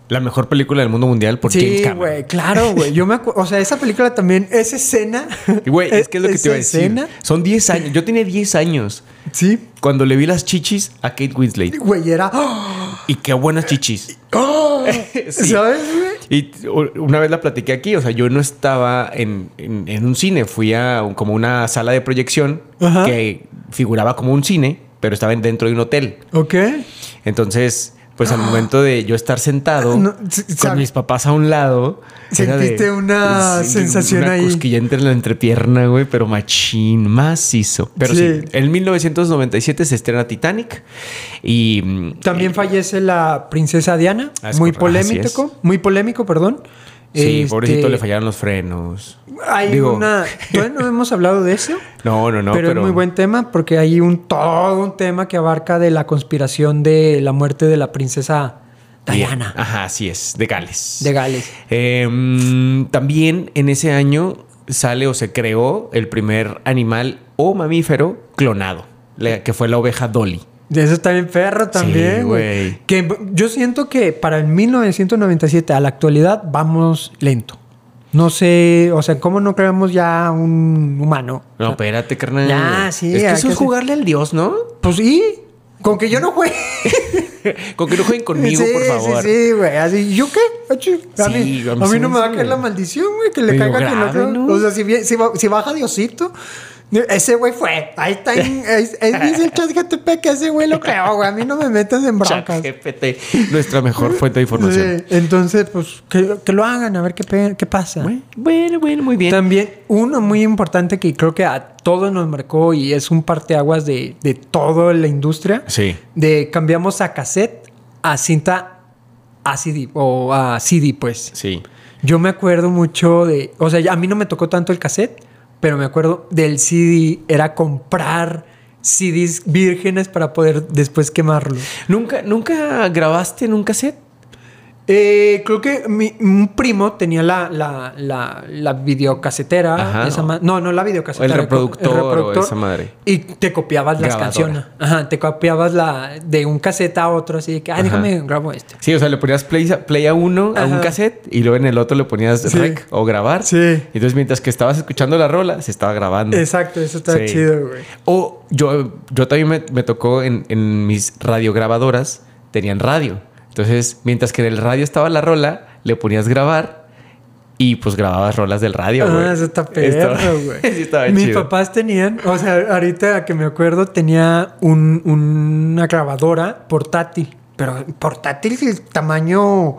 S3: La mejor película del mundo mundial por James
S4: Sí,
S3: Cameron.
S4: güey, claro, güey. Yo me acuerdo, o sea, esa película también, esa escena.
S3: Y, Güey, es que es lo que te
S4: E-, esa
S3: iba a decir.
S4: escena,
S3: Son 10 años. Yo tenía 10 años
S4: Sí,
S3: cuando le vi las chichis a Kate Winslet.
S4: güey, era. ¡oh!
S3: Y qué buenas chichis. Sí.
S4: ¿Sabes, güey?
S3: Y o- una vez la platiqué aquí, o sea, yo no estaba en, en- en un cine, fui a un- como una sala de proyección
S4: Ajá.
S3: que figuraba como un cine, pero estaba en- dentro de un hotel.
S4: Ok.
S3: Entonces, pues al momento de yo estar sentado
S4: Ah. No, s-
S3: con
S4: sab-
S3: mis papás a un lado, era
S4: Sentiste una sensación
S3: una
S4: ahí.
S3: cosquilla entre la entrepierna, güey, pero machín, macizo. Pero sí.
S4: Sí.
S3: en 1997 se estrena Titanic y mm,
S4: También fallece la princesa Diana,
S3: Ah, es
S4: muy
S3: correcto, así
S4: polémico, muy polémico, perdón.
S3: Sí,
S4: Este,
S3: pobrecito le fallaron los frenos.
S4: Hay
S3: Digo-
S4: una, bueno, no hemos hablado de eso,
S3: No, no, no.
S4: pero, es muy buen tema porque hay un todo un tema que abarca de la conspiración de la muerte de la princesa
S3: Bien.
S4: Diana
S3: Ajá, así es, de Gales.
S4: de Gales.
S3: Eh, mm, también en ese año sale o se creó el primer animal o mamífero clonado, la- que fue la oveja Dolly.
S4: De eso está bien perro
S3: Sí,
S4: también, güey.
S3: güey.
S4: que yo siento que para el 1997 a la actualidad vamos lento. No sé, o sea, ¿cómo no creamos ya un humano?
S3: No, pues. espérate, carnal.
S4: Ah. Ya, sí,
S3: Es que
S4: hay
S3: eso
S4: que
S3: es
S4: hacer-
S3: jugarle al Dios, ¿no?
S4: Pues sí, con que yo no juegue.
S3: Con que no jueguen conmigo,
S4: Sí,
S3: por favor.
S4: Sí, sí, güey. Así, ¿yo qué? Achi, A
S3: Sí,
S4: mí,
S3: a
S4: a
S3: mí
S4: mí
S3: sí,
S4: no me va a
S3: sí,
S4: caer la
S3: güey.
S4: maldición, güey, que le
S3: Medio
S4: caiga que no
S3: grave,
S4: creo-
S3: ¿no?
S4: O sea, si, bien- si, ba- si baja Diosito, ese güey fue. Ahí está. en- ahí- ahí dice el chat GTP que ese güey lo creó, güey. A mí no me metas en broncas.
S3: ChatGPT, nuestra mejor fuente de información.
S4: Sí, entonces, pues, que, que lo hagan, a ver qué, pe- qué pasa.
S3: Bueno, Bueno, bueno, muy bien.
S4: También uno muy importante que creo que a todos nos marcó y es un parteaguas de, de toda la industria.
S3: Sí.
S4: De cambiamos a cassette a cinta a CD o a CD, pues.
S3: Sí.
S4: Yo me acuerdo mucho de, o sea, ya a mí no me tocó tanto el cassette, pero me acuerdo del CD era comprar CDs vírgenes para poder después quemarlo.
S3: ¿Nunca, ¿Nunca grabaste en un cassette?
S4: Eh, creo que mi, un primo tenía la, la, la, la videocasetera.
S3: Ajá.
S4: esa ma- no, no la videocasetera.
S3: O el reproductor
S4: co-
S3: o esa madre.
S4: Y te copiabas las
S3: Grabadora.
S4: canciones. Ajá, te copiabas la de un casete a otro. Así de que, ah,
S3: Ajá.
S4: déjame grabo este". esto.
S3: Sí, o sea, le ponías play, a- play a uno, a un
S4: Ajá.
S3: cassette, y luego en el otro le ponías
S4: Sí.
S3: rec o grabar.
S4: Sí.
S3: Entonces, mientras que estabas escuchando la rola, se estaba grabando.
S4: Exacto, eso está
S3: Mm. Sí.
S4: chido, güey.
S3: O yo, yo también me, me tocó en, en mis radiograbadoras, tenían radio. Entonces, mientras que en el radio estaba la rola, le ponías grabar y pues grababas rolas del radio, güey.
S4: Ah, eso está
S3: Estaba-
S4: perro, güey.
S3: sí, estaba
S4: Mis
S3: chido.
S4: papás tenían, o sea, ahorita que me acuerdo, tenía un- una grabadora portátil, pero portátil del tamaño,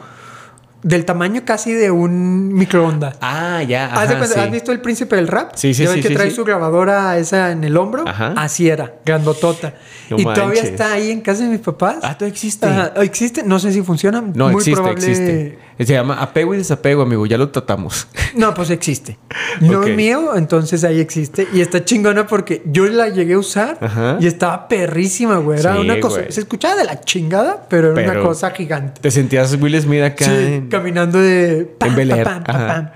S4: del tamaño casi de un microondas.
S3: Ah, ya.
S4: Haz de
S3: ajá,
S4: cuenta,
S3: sí.
S4: ¿Has visto el príncipe del rap?
S3: Sí, sí,
S4: ¿Ya ven
S3: sí,
S4: que
S3: sí,
S4: trae
S3: sí.
S4: su grabadora esa en el hombro.
S3: Ajá.
S4: Así era, grandotota.
S3: No
S4: y todavía
S3: manches.
S4: está ahí en casa de mis papás.
S3: Ah, todavía existe.
S4: Ajá, Existe, no sé si funciona.
S3: No,
S4: Muy
S3: existe,
S4: probable-
S3: existe. Se llama apego y desapego, amigo. Ya lo tratamos.
S4: No, pues existe. No
S3: Ok.
S4: es mío, entonces ahí existe. Y está chingona porque yo la llegué a usar
S3: Ajá.
S4: y estaba perrísima, güey. Era
S3: Sí,
S4: una cosa.
S3: güey.
S4: Se escuchaba de la chingada, pero era
S3: Pero-
S4: una cosa gigante.
S3: Te sentías Will Smith acá.
S4: Sí,
S3: en-
S4: caminando de. pam,
S3: en
S4: pam,
S3: Bel Air.
S4: pam, pam,
S3: Ajá.
S4: pam.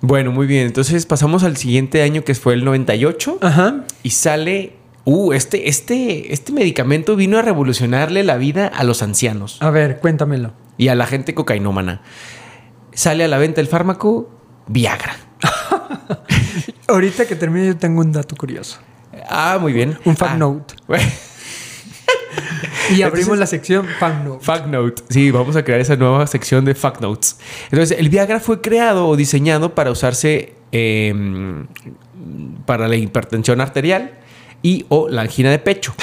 S3: Bueno, muy bien. Entonces pasamos al siguiente año que fue el 98
S4: Ajá.
S3: y sale. Uh, este, este, este medicamento vino a revolucionarle la vida a los ancianos
S4: A ver, cuéntamelo.
S3: y a la gente cocainómana. Sale a la venta el fármaco Viagra.
S4: Ahorita que termine, yo tengo un dato curioso.
S3: Ah, muy bien.
S4: Un fact
S3: Ah,
S4: note.
S3: bueno,
S4: Y abrimos la sección Fan No.
S3: fact note. Sí, vamos a crear esa nueva sección de fact notes. Entonces, el Viagra fue creado o diseñado para usarse em, para la hipertensión arterial y o la angina de pecho.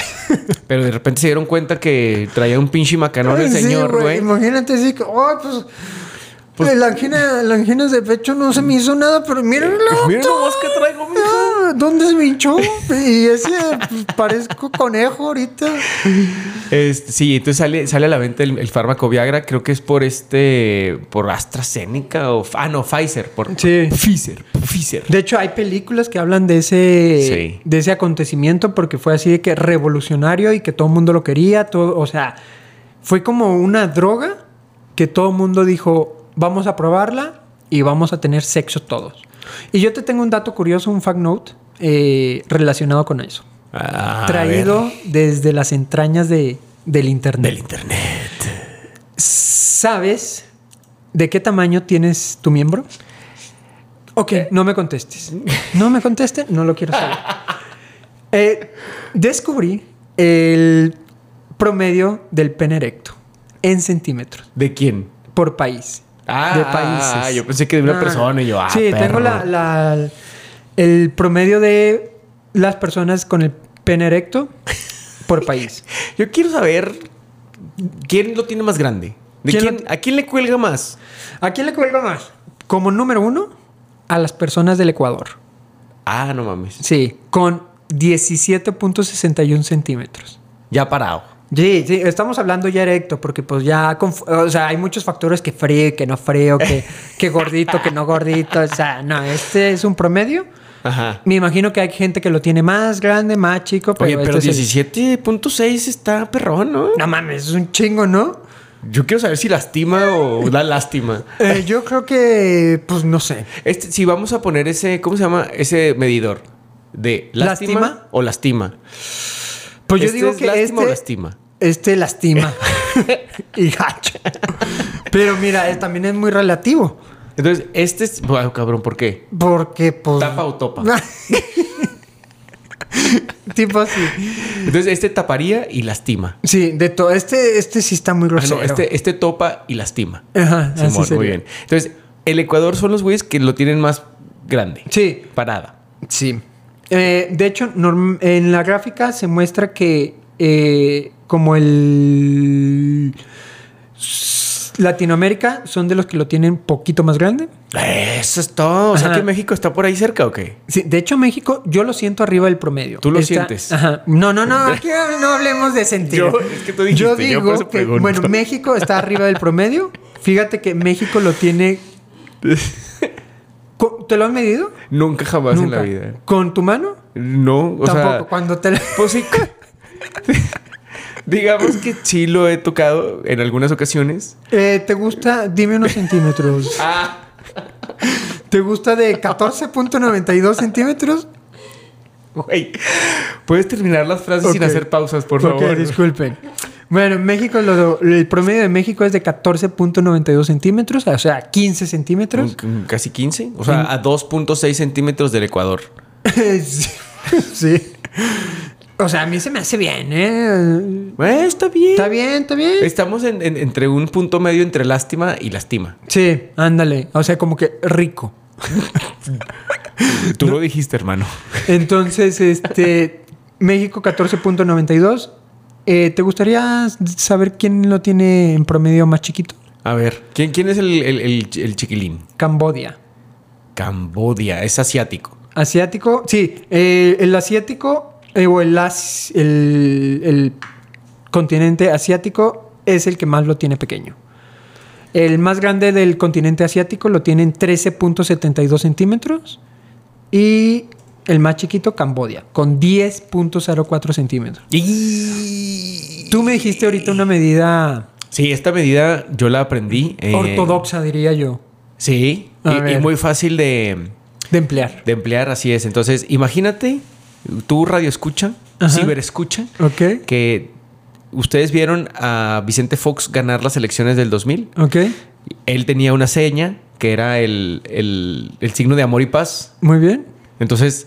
S3: Pero de repente se dieron cuenta que traía un pinche macanón
S4: Ay,
S3: el
S4: sí,
S3: señor, güey.
S4: Imagínate, sí, que, ay, pues.
S3: Pues- Eh,
S4: la, angina, la angina de pecho no se me hizo nada, pero miren la Ah,
S3: Mira nomás que traigo, mija.
S4: ¿Dónde se me hinchó? Y ese pues, parezco conejo ahorita.
S3: Este, sí, entonces sale, sale a la venta el, el fármaco Viagra, creo que es por este, por AstraZeneca o, ah, no, Pfizer, por
S4: Sí.
S3: Pfizer, Pfizer.
S4: De hecho, hay películas que hablan de ese,
S3: Sí.
S4: de ese acontecimiento porque fue así de que revolucionario y que todo el mundo lo quería. Todo, o sea, fue como una droga que todo el mundo dijo, vamos a probarla y vamos a tener sexo todos. Y yo te tengo un dato curioso, un fact note, eh, relacionado con eso.
S3: Ah, a
S4: traído desde las entrañas de, del
S3: ver,
S4: internet.
S3: del internet.
S4: ¿Sabes de qué tamaño tienes tu miembro? Ok, no me contestes. No me contestes, no lo quiero saber. Eh, descubrí el promedio del pene erecto en centímetros
S3: ¿De quién?
S4: por país.
S3: Ah,
S4: de países.
S3: yo pensé que de una persona y yo, ah,
S4: Sí, tengo
S3: perro.
S4: la, la- el promedio de las personas con el pene erecto por país.
S3: Yo quiero saber quién lo tiene más grande. ¿De
S4: ¿Quién
S3: quién-
S4: lo-
S3: ¿A quién le cuelga más?
S4: ¿A quién le cuelga más? Como número uno, a las personas del Ecuador.
S3: Ah, no mames.
S4: Sí, con 17.61 centímetros.
S3: Ya parado.
S4: Sí, sí, estamos hablando ya erecto, porque pues ya, conf- o sea, hay muchos factores que frío, que no frío, que, que gordito, que no gordito, o sea, no, este es un promedio.
S3: Ajá.
S4: Me imagino que hay gente que lo tiene más grande, más chico, pero,
S3: Oye, pero
S4: este es el-
S3: 17.6 está perrón, ¿no?
S4: No mames, es un chingo, ¿no?
S3: Yo quiero saber si lastima o da lástima.
S4: Eh, yo creo que, pues no sé.
S3: Este, si vamos a poner ese, ¿cómo se llama? Ese medidor de lástima,
S4: ¿Lástima?
S3: o lastima.
S4: Pues
S3: ¿Este
S4: yo digo
S3: es
S4: que
S3: lástima
S4: este,
S3: o lastima?
S4: Este lastima. y gacho. Pero mira, eh, también es muy relativo.
S3: Entonces, este es. Bueno, cabrón, ¿por qué?
S4: Porque, pues.
S3: Tapa o topa.
S4: tipo así.
S3: Entonces, este taparía y lastima.
S4: Sí, de todo. Este, este sí está muy
S3: Ah,
S4: grosero.
S3: no, este, este topa y lastima.
S4: Ajá, así
S3: Simón,
S4: Ah, sería.
S3: muy bien. Entonces, el Ecuador son los güeyes que lo tienen más grande.
S4: Sí.
S3: Parada.
S4: Sí. Eh, de hecho, norm- en la gráfica se muestra que eh, como el Latinoamérica son de los que lo tienen poquito más grande.
S3: Eso es todo. O sea
S4: Ajá.
S3: que México está por ahí cerca o qué?
S4: Sí, de hecho, México, yo lo siento arriba del promedio.
S3: Tú lo
S4: Está-
S3: sientes.
S4: Ajá. No, no, no, aquí no hablemos de sentir.
S3: Yo- es que tú dijiste, yo
S4: digo
S3: por eso
S4: que,
S3: pregunto.
S4: bueno, México está arriba del promedio. Fíjate que México lo tiene. Co- ¿Te lo han medido?
S3: Nunca jamás
S4: Nunca.
S3: en la vida.
S4: ¿Con tu mano?
S3: No, o
S4: Tampoco.
S3: sea.
S4: Cuando te la-
S3: Pues sí. Digamos que sí lo he tocado en algunas ocasiones.
S4: Eh, ¿Te gusta? Dime unos centímetros.
S3: Ah.
S4: ¿Te gusta de 14.92 centímetros?
S3: Güey, puedes terminar las frases sin
S4: Ok.
S3: hacer pausas, por
S4: Ok,
S3: favor.
S4: disculpen. Bueno, en México lo- el promedio de México es de 14.92 centímetros, o sea, 15 centímetros.
S3: Un- un- Casi 15, o sea, a 2.6 centímetros del Ecuador.
S4: sí. O sea, a mí se me hace bien, ¿eh?
S3: Eh, está bien.
S4: Está bien, está bien.
S3: Estamos en- en- entre un punto medio entre lástima y lastima.
S4: Sí, ándale. O sea, como que rico.
S3: Tú lo dijiste, hermano.
S4: Entonces, este, México 14.92. Eh, ¿Te gustaría saber quién lo tiene en promedio más chiquito?
S3: A ver, ¿quién, quién es el, el- el- el chiquilín?
S4: Cambodia.
S3: Cambodia, es asiático.
S4: Asiático, sí, eh, el asiático eh, o el, as- el, el continente asiático es el que más lo tiene pequeño. El más grande del continente asiático lo tiene en 13.72 centímetros y el más chiquito Cambodia con 10.04 centímetros.
S3: Y...
S4: Tú me dijiste ahorita una medida
S3: Sí, esta medida yo la aprendí. eh,
S4: ortodoxa, diría yo,
S3: Sí, y-
S4: A
S3: y
S4: ver.
S3: muy fácil de,
S4: de emplear.
S3: De emplear, así es. Entonces, imagínate, tú radio escucha,
S4: Ajá.
S3: ciber escucha,
S4: ¿Ok?
S3: que ustedes vieron a Vicente Fox ganar las elecciones del 2000.
S4: ¿Ok?
S3: Él tenía una seña que era el, el- el signo de amor y paz.
S4: Muy bien.
S3: Entonces,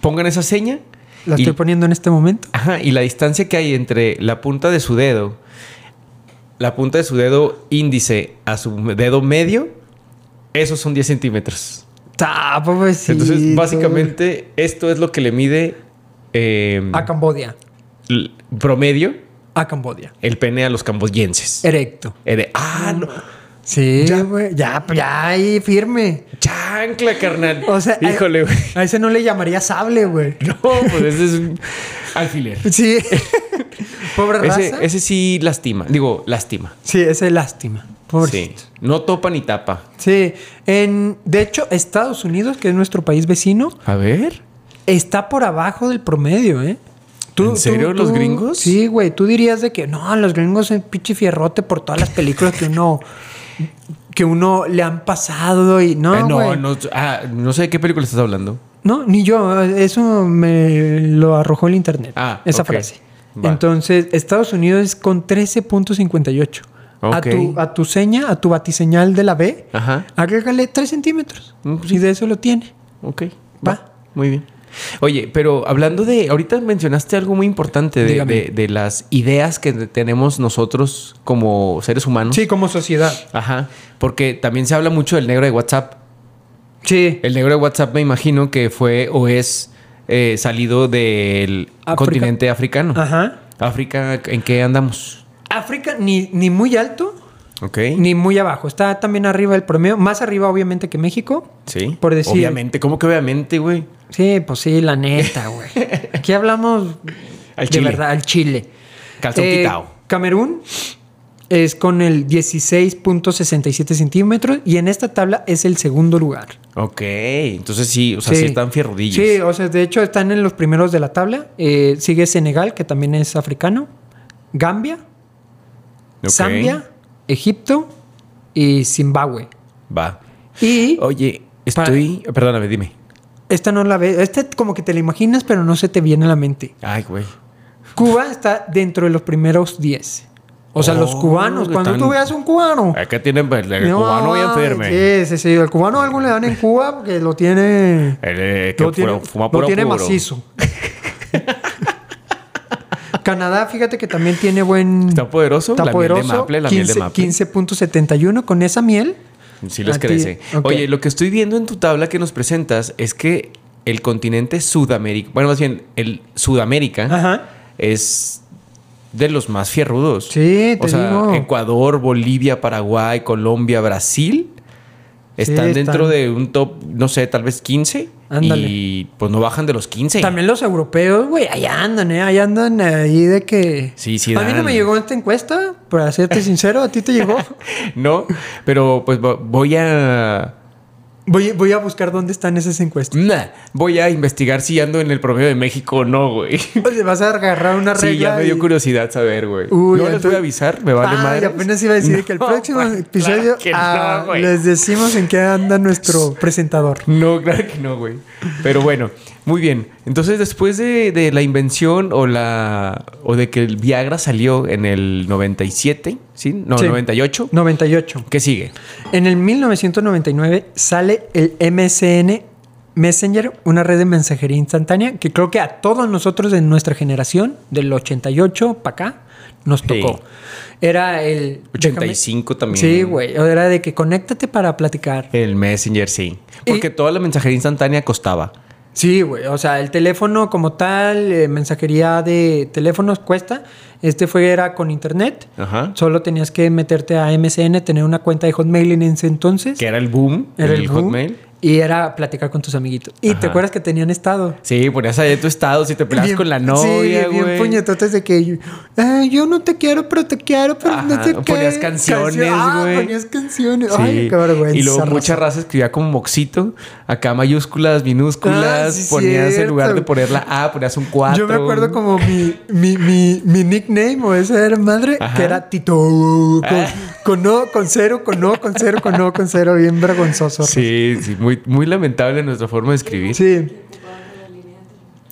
S3: pongan esa seña.
S4: La
S3: y,
S4: estoy poniendo en este momento.
S3: Ajá, y la distancia que hay entre la punta de su dedo, la punta de su dedo índice a su dedo medio, esos son 10 centímetros.
S4: Ta, pobrecito.
S3: Entonces, básicamente, esto es lo que le mide eh,
S4: A Cambodia.
S3: l- promedio
S4: A Cambodia.
S3: el pene a los camboyenses.
S4: Erecto.
S3: Ere- ah, no.
S4: Sí, güey. Ya, pues, ya ahí firme.
S3: Chancla, carnal.
S4: O sea,
S3: Híjole,
S4: a,
S3: güey.
S4: a ese no le llamaría sable, güey.
S3: No, pues ese es un alfiler.
S4: Sí. Pobre raza.
S3: Ese, ese sí lastima. Digo, lástima.
S4: Sí, ese es lástima.
S3: Sí.
S4: Pobrecito. Sí.
S3: No topa ni tapa.
S4: En, de hecho, Estados Unidos, que es nuestro país vecino,
S3: A ver.
S4: está por abajo del promedio, ¿eh?
S3: ¿En serio, los gringos?
S4: Sí, güey. Tú dirías de que no, los gringos son pinche fierrote por todas las películas que uno que uno le han pasado y no.
S3: Eh, no,
S4: güey.
S3: no, ah, no sé de qué película estás hablando.
S4: No, ni yo. Eso me lo arrojó el internet.
S3: Ah,
S4: esa
S3: ok.
S4: frase.
S3: Va.
S4: Entonces, Estados Unidos es con 13.58. A,
S3: Ok.
S4: tu, a tu seña, a tu batiseñal de la B,
S3: Ajá.
S4: agrégale 3 centímetros.
S3: Mm, sí.
S4: Y de eso lo tiene.
S3: Ok.
S4: Va.
S3: Muy bien. Oye, pero hablando de. Ahorita mencionaste algo muy importante de,
S4: Dígame.
S3: de- de las ideas que tenemos nosotros como seres humanos.
S4: Sí, como sociedad.
S3: Ajá. Porque también se habla mucho del negro de WhatsApp.
S4: Sí.
S3: El negro de WhatsApp me imagino que fue o es eh, salido del
S4: África.
S3: continente africano.
S4: Ajá.
S3: África, ¿en qué andamos?
S4: África ni, ni muy alto
S3: Ok.
S4: ni muy abajo. Está también arriba del promedio. Más arriba, obviamente, que México.
S3: sí.
S4: Por decir.
S3: Obviamente. ¿Cómo que obviamente, güey?
S4: Sí, pues sí, la neta, güey. Aquí hablamos
S3: Al
S4: de
S3: chile.
S4: verdad, al Chile. Eh,
S3: Calzón quitao.
S4: Camerún es con el 16.67 centímetros y en esta tabla es el segundo lugar.
S3: Ok. Entonces sí, o sea, sí, están fierrodillos.
S4: Sí, o sea, de hecho están en los primeros de la tabla. Eh, sigue Senegal, que también es africano. Gambia,
S3: Ok.
S4: Zambia, Egipto y Zimbabue.
S3: Va.
S4: Y
S3: Oye,
S4: Pa-
S3: estoy. Perdóname, dime.
S4: esta no la ves. Esta como que te la imaginas, pero no se te viene a la mente.
S3: Ay, güey.
S4: Cuba está dentro de los primeros 10. O sea, los
S3: Oh,
S4: cubanos. Cuando
S3: están-
S4: tú veas un cubano.
S3: Acá tienen pues, el
S4: No,
S3: cubano bien firme.
S4: Sí, sí, sí. El cubano algo le dan en Cuba porque lo tiene.
S3: El, eh, que
S4: Lo tiene,
S3: puro- fuma
S4: lo
S3: puro
S4: tiene
S3: puro.
S4: macizo. Canadá, fíjate que también tiene buen.
S3: Está poderoso,
S4: Está
S3: la miel de
S4: poderoso.
S3: maple, la miel de
S4: 15
S3: maple. Mm,
S4: 15.71 con esa miel.
S3: Sí les
S4: A ti,
S3: crece.
S4: ok.
S3: Oye, lo que estoy viendo en tu tabla que nos presentas es que el continente Sudamérica, bueno, más bien, el Sudamérica
S4: Ajá.
S3: es de los más fierrudos.
S4: Sí, te
S3: O sea,
S4: digo.
S3: Ecuador, Bolivia, Paraguay, Colombia, Brasil están
S4: están.
S3: dentro de un top, no sé, tal vez 15.
S4: Ándale.
S3: Y pues no bajan de los 15.
S4: También los europeos, güey, ahí andan, ¿eh? Ahí andan ahí de que.
S3: Sí, sí,
S4: A mí no
S3: dan.
S4: me llegó esta encuesta, para serte sincero, a ti te llegó.
S3: No, pero pues vo- voy a.
S4: Voy, voy a buscar dónde están esas encuestas.
S3: Nah, voy a investigar si ando en el promedio de México o no, güey.
S4: Te vas a agarrar una regla.
S3: Mm. Sí, ya me dio
S4: y-
S3: curiosidad saber, güey. no
S4: Uy,
S3: les
S4: entonces-
S3: voy a avisar, me vale
S4: Ay,
S3: madre.
S4: apenas iba a decir que el próximo episodio ah, les decimos en qué anda nuestro presentador.
S3: No, claro que no, güey. Pero bueno, muy bien. Entonces, después de, de la invención o la o de que el Viagra salió en el 97, ¿sí? No,
S4: Sí.
S3: 98.
S4: 98.
S3: ¿Qué sigue?
S4: En el 1999 sale el MSN Messenger, una red de mensajería instantánea que creo que a todos nosotros de nuestra generación, del 88 para acá, nos
S3: Sí.
S4: tocó. Era el...
S3: 85 también.
S4: Sí, güey. Era de que conéctate para platicar.
S3: El Messenger, sí.
S4: Y-
S3: Porque toda la mensajería instantánea costaba.
S4: Sí, güey. O sea, el teléfono como tal, eh, mensajería de teléfonos cuesta. Este fue era con internet.
S3: Ajá.
S4: Solo tenías que meterte a MSN, tener una cuenta de Hotmail en ese entonces.
S3: Que era el boom,
S4: Era el, boom,
S3: Hotmail.
S4: Y era platicar con tus amiguitos. Y te
S3: Ajá.
S4: acuerdas que tenían estado.
S3: Sí, ponías ahí tu estado, si te peleabas
S4: Bien-
S3: con la
S4: sí,
S3: novia, güey.
S4: bien puñetotes de que yo, "Ay, yo no te quiero, pero te quiero, pero no
S3: Ajá,
S4: te
S3: ponías canciones, güey.
S4: ah, ponías canciones. Ay,
S3: Sí.
S4: qué vergüenza.
S3: Y luego mucha
S4: raza.
S3: raza escribía como moxito, acá mayúsculas, minúsculas,
S4: Ah, sí,
S3: ponías en
S4: cierto.
S3: lugar de poner la A, ponías un 4.
S4: Yo me acuerdo como mi, mi, mi, mi nickname o esa era madre,
S3: Ajá.
S4: que era Tito. Con, con no, con cero, con no, con cero, con no, con cero. Bien vergonzoso.
S3: Sí, sí, muy, muy lamentable nuestra forma de escribir.
S4: Sí.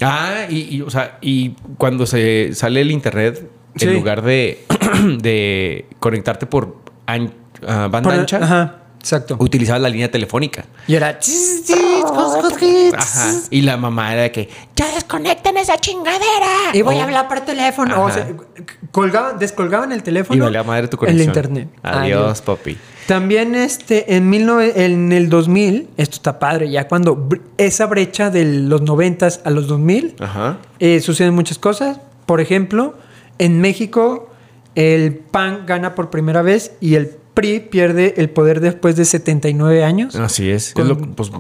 S3: Ah, y, y, o sea, y cuando se sale el internet,
S4: Sí.
S3: en lugar de, de conectarte por an- ah, banda
S4: Por-
S3: ancha,
S4: Ajá, exacto.
S3: utilizabas la línea telefónica.
S4: Y era...
S3: Ajá. Y la mamá era de que, ya desconecten esa chingadera.
S4: Y voy a
S3: Oh.
S4: hablar por teléfono.
S3: Ajá.
S4: O sea, colgaban, descolgaban el teléfono.
S3: Y valía madre tu
S4: El
S3: conexión.
S4: internet.
S3: Adiós, papi.
S4: También este, en, 19 en el 2000, esto está padre, ya cuando br- esa brecha de los 90 a los 2000,
S3: Ajá.
S4: eh, suceden muchas cosas. Por ejemplo, en México el PAN gana por primera vez y el PRI pierde el poder después de 79 años,
S3: Así es.
S4: Con-
S3: Es lo- pues,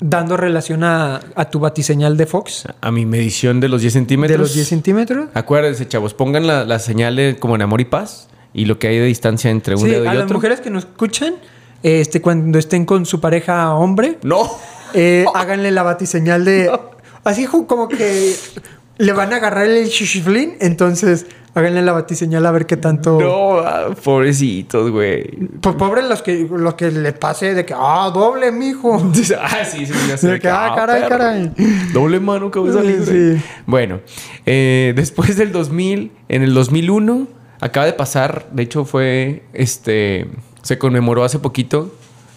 S4: dando relación a, a tu batiseñal de Fox
S3: a mi medición de los 10 centímetros.
S4: de los 10 centímetros.
S3: Acuérdense, chavos, pongan la, la señal de- como en amor y paz y lo que hay de distancia entre un
S4: Sí,
S3: dedo y
S4: a
S3: otro.
S4: las mujeres que nos escuchan, este, cuando estén con su pareja hombre,
S3: No.
S4: eh, háganle la batiseñal de... Así ju- como que... Le van a agarrar el shishiflín, entonces háganle la batiseñal a ver qué tanto.
S3: No, ah, pobrecitos, güey.
S4: Pues pobre los que, los que le pase de que, ah, doble, mijo.
S3: Entonces, ah, sí, sí, ya sé
S4: De que, ah, caray,
S3: perro.
S4: caray.
S3: Doble mano, cabeza
S4: Sí,
S3: libre.
S4: sí.
S3: Bueno, eh, después del 2000, en el 2001, acaba de pasar, de hecho fue, este, se conmemoró hace poquito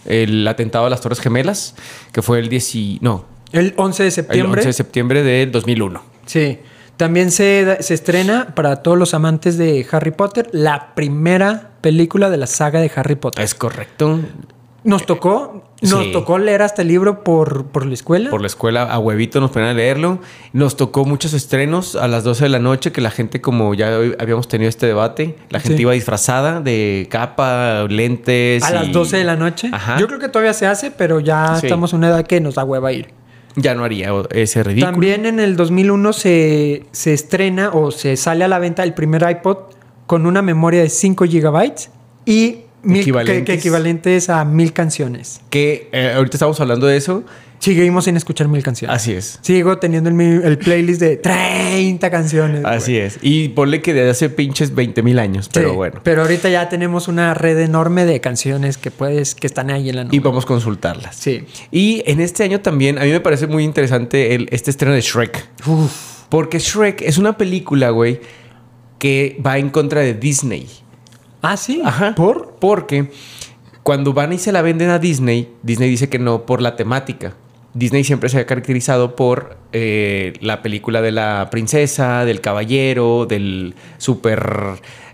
S3: el atentado a las Torres Gemelas, que fue el 10, no,
S4: El 11 de
S3: el
S4: septiembre.
S3: 11 de septiembre del 2001.
S4: Sí. También se, da- se estrena para todos los amantes de Harry Potter la primera película de la saga de Harry Potter.
S3: Es correcto.
S4: Nos tocó, nos
S3: Eh, Sí.
S4: tocó leer hasta el libro por, por la escuela.
S3: Por la escuela, a huevito nos ponían a leerlo. Nos tocó muchos estrenos a las 12 de la noche, que la gente, como ya hoy habíamos tenido este debate, la gente
S4: Sí.
S3: iba disfrazada de capa, lentes.
S4: a
S3: y-
S4: las 12 de la noche.
S3: Ajá.
S4: Yo creo que todavía se hace, pero ya
S3: Sí.
S4: estamos en una edad que nos da hueva ir.
S3: Ya no haría ese ridículo.
S4: También en el 2001 se, se estrena o se sale a la venta el primer iPod con una memoria de 5 GB y mil,
S3: Equivalentes.
S4: que- que equivalentes a mil canciones.
S3: Que eh, ahorita estamos hablando de eso.
S4: Seguimos sin escuchar mil canciones.
S3: Así es.
S4: Sigo teniendo el, mi- el playlist de 30 canciones. güey.
S3: Así es. Y ponle que de hace pinches 20 mil años,
S4: Sí,
S3: pero bueno.
S4: Pero ahorita ya tenemos una red enorme de canciones que puedes, que están ahí en la nube.
S3: Y vamos a consultarlas.
S4: Sí.
S3: Y en este año también, a mí me parece muy interesante el, este estreno de Shrek.
S4: Uf.
S3: Porque Shrek es una película, güey, que va en contra de Disney.
S4: Ah, sí.
S3: Ajá.
S4: ¿Por?
S3: Porque cuando van y se la venden a Disney, Disney dice que no por la temática. Disney siempre se ha caracterizado por eh, la película de la princesa, del caballero, del súper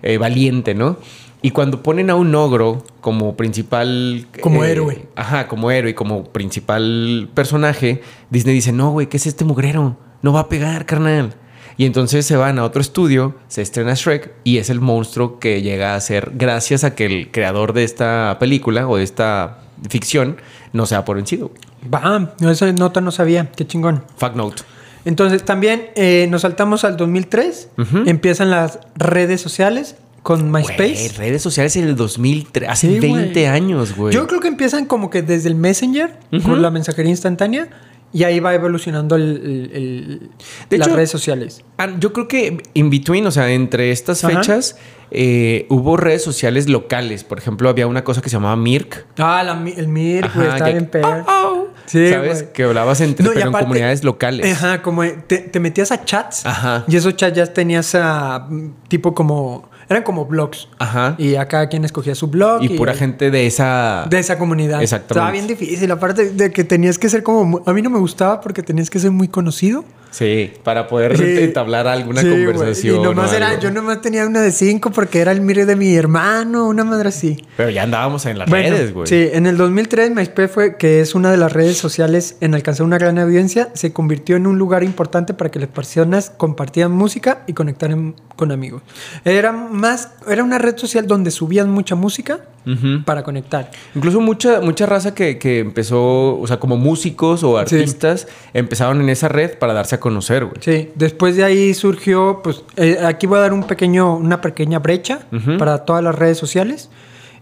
S3: eh, valiente, ¿no? Y cuando ponen a un ogro como principal...
S4: Como
S3: eh,
S4: héroe.
S3: Ajá, como héroe y como principal personaje, Disney dice, no, güey, ¿qué es este mugrero? No va a pegar, carnal. Y entonces se van a otro estudio, se estrena Shrek y es el monstruo que llega a ser gracias a que el creador de esta película o de esta ficción no se ha por vencido.
S4: Va, no, esa nota no sabía. Qué chingón.
S3: Fuck note.
S4: Entonces también eh, nos saltamos al 2003. Empiezan las redes sociales con
S3: Güey,
S4: MySpace.
S3: redes sociales en el 2003, hace
S4: Sí, güey.
S3: 20 años, güey.
S4: Yo creo que empiezan como que desde el Messenger, con la mensajería instantánea, y ahí va evolucionando el, el- el-
S3: De
S4: las
S3: hecho-
S4: redes sociales.
S3: Ah, Yo creo que in between, o sea, entre estas
S4: Ajá.
S3: fechas, eh, hubo redes sociales locales. Por ejemplo, había una cosa que se llamaba Mirk.
S4: Ah, la mi- el Mir, güey,
S3: Ajá,
S4: está
S3: que-
S4: bien peor.
S3: Oh, oh.
S4: Sí,
S3: ¿Sabes?
S4: güey.
S3: Que hablabas entre,
S4: No, y
S3: pero en
S4: aparte-
S3: comunidades locales.
S4: Ajá, como te, te metías a chats.
S3: Ajá.
S4: Y esos chats ya tenías a mm, tipo como. Eran como blogs.
S3: Ajá. Y,
S4: Y a cada quien escogía su blog.
S3: pura gente de esa...
S4: De esa comunidad.
S3: Exactamente.
S4: Estaba bien difícil. Aparte de que tenías que ser como. mu- A mí no me gustaba porque tenías que ser muy conocido.
S3: Sí, para poder
S4: Sí.
S3: entablar alguna
S4: Sí, güey.
S3: conversación.
S4: Y nomás
S3: o
S4: era.
S3: algo.
S4: Yo nomás tenía una de cinco porque era el mire de mi hermano, una madre así.
S3: Pero ya andábamos en las
S4: Bueno,
S3: redes, güey.
S4: Sí, en el 2003 MySpace fue que es una de las redes sociales en alcanzar una gran audiencia, se convirtió en un lugar importante para que las personas compartieran música y conectaran con amigos. Era más era una red social donde subían mucha música
S3: Ujú.
S4: para conectar.
S3: Incluso mucha, mucha raza que, que empezó, o sea, como músicos o artistas, empezaron en esa red para darse a conocer, güey.
S4: Sí, después de ahí surgió, pues eh, aquí voy a dar un pequeño, una pequeña brecha
S3: Ujú.
S4: para todas las redes sociales.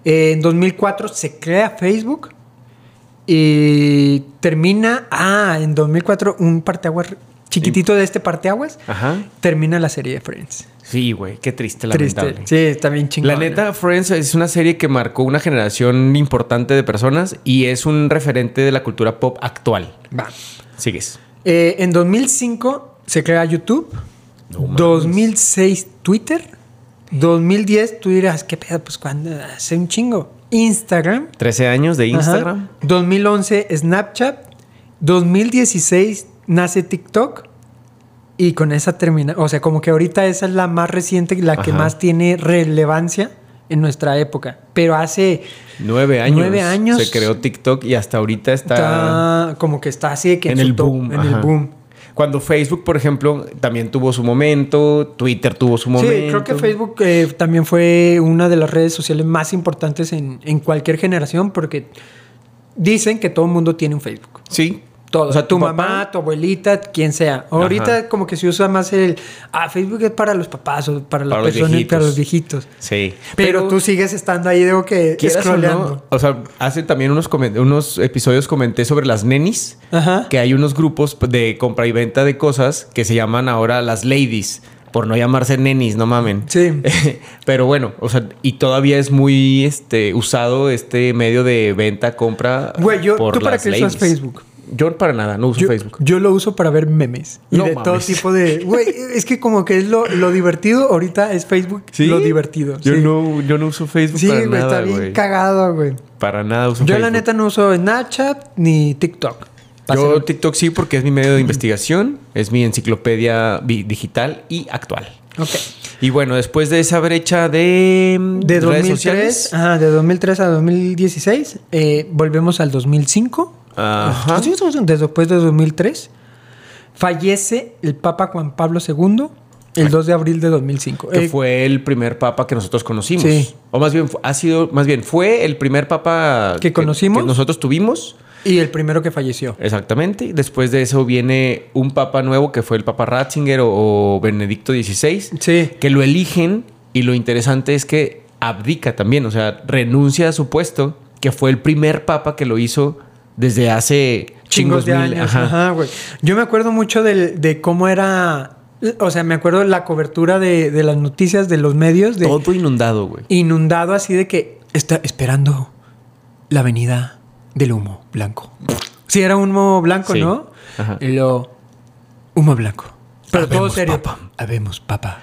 S4: Eh, en 2004 se crea Facebook y termina, ah, en 2004 un parteaguas chiquitito de este parteaguas
S3: Ajá.
S4: termina la serie de Friends.
S3: Sí, güey, qué triste, lamentable.
S4: Triste. Sí, está bien chingón.
S3: La neta, Friends es una serie que marcó una generación importante de personas y es un referente de la cultura pop actual.
S4: Va.
S3: Sigues.
S4: Eh, en 2005 se crea YouTube.
S3: No mames.
S4: 2006 Twitter. 2010 tú dirás, ¿qué pedo? Pues cuando hace un chingo. Instagram.
S3: 13 años de Instagram.
S4: Ajá. 2011 Snapchat. 2016 nace TikTok. Y con esa termina. O sea, como que ahorita esa es la más reciente, la que
S3: Ajá.
S4: más tiene relevancia en nuestra época. Pero hace.
S3: Nueve años.
S4: Nueve años.
S3: Se creó TikTok y hasta ahorita está,
S4: está como que está así de que
S3: en
S4: su
S3: el
S4: top,
S3: boom.
S4: En
S3: ajá.
S4: el boom.
S3: Cuando Facebook, por ejemplo, también tuvo su momento, Twitter tuvo su momento.
S4: Sí, creo que Facebook eh, también fue una de las redes sociales más importantes en, en cualquier generación porque dicen que todo el mundo tiene un Facebook.
S3: Sí.
S4: Todo.
S3: O sea,
S4: tu
S3: tu
S4: mamá,
S3: papá-
S4: tu abuelita, quien sea. Ahorita como que se usa más el... Ah, Facebook es para los papás o para las
S3: Para los
S4: personas,
S3: viejitos.
S4: para los viejitos.
S3: Sí.
S4: Pero,
S3: Pero-
S4: tú sigues estando ahí, digo que...
S3: Quieras o
S4: scrolleando.
S3: no, o sea, hace también unos, comen- unos episodios comenté sobre las nenis,
S4: Ajá.
S3: que hay unos grupos de compra y venta de cosas que se llaman ahora las ladies, por no llamarse nenis, no mamen.
S4: Sí.
S3: Pero bueno, o sea, y todavía es muy este usado este medio de venta, compra.
S4: Güey, yo-
S3: por
S4: ¿tú para
S3: las
S4: qué usas
S3: ladies.
S4: Facebook?
S3: Yo para nada, no uso
S4: Yo,
S3: Facebook.
S4: yo lo uso para ver memes. Y
S3: No
S4: de todo
S3: mames.
S4: tipo de... Güey, es que como que es lo, lo divertido ahorita es Facebook.
S3: ¿Sí?
S4: Lo divertido.
S3: Yo,
S4: sí.
S3: no, yo no uso Facebook
S4: Sí,
S3: para
S4: güey,
S3: nada.
S4: está bien
S3: güey.
S4: cagado, güey.
S3: Para nada uso
S4: Yo
S3: Facebook.
S4: la neta no uso Snapchat ni TikTok. Pa'
S3: Yo
S4: ser-
S3: TikTok sí porque es mi medio de investigación, es mi enciclopedia vi- digital y actual.
S4: Ok.
S3: Y bueno, después de esa brecha de, mm,
S4: De
S3: redes sociales,
S4: 2003, ajá, de 2003 a 2016, eh, volvemos al 2005.
S3: Ajá.
S4: Después de 2003, fallece el Papa Juan Pablo II el 2 de abril de 2005.
S3: que
S4: Eh,
S3: fue el primer papa que nosotros conocimos.
S4: Sí.
S3: O más bien, fu- ha sido, más bien, fue el primer papa
S4: ¿Que conocimos?
S3: que nosotros tuvimos.
S4: Y el primero que falleció.
S3: Exactamente. Después de eso viene un papa nuevo que fue el papa Ratzinger o, o Benedicto XVI.
S4: Sí.
S3: Que lo eligen y lo interesante es que abdica también, o sea, renuncia a su puesto, que fue el primer papa que lo hizo desde hace
S4: Chingos de
S3: mil-
S4: años.
S3: ajá.
S4: Ajá, güey. Yo me acuerdo mucho del- de cómo era. O sea, me acuerdo la cobertura de, de las noticias de los medios. De,
S3: Todo inundado, güey.
S4: inundado así de que está esperando la venida del humo blanco. Si era humo blanco,
S3: Sí.
S4: ¿no?
S3: Ajá.
S4: Y lo humo blanco. Pero todo
S3: Habemos
S4: serio.
S3: papa.
S4: Habemos papa.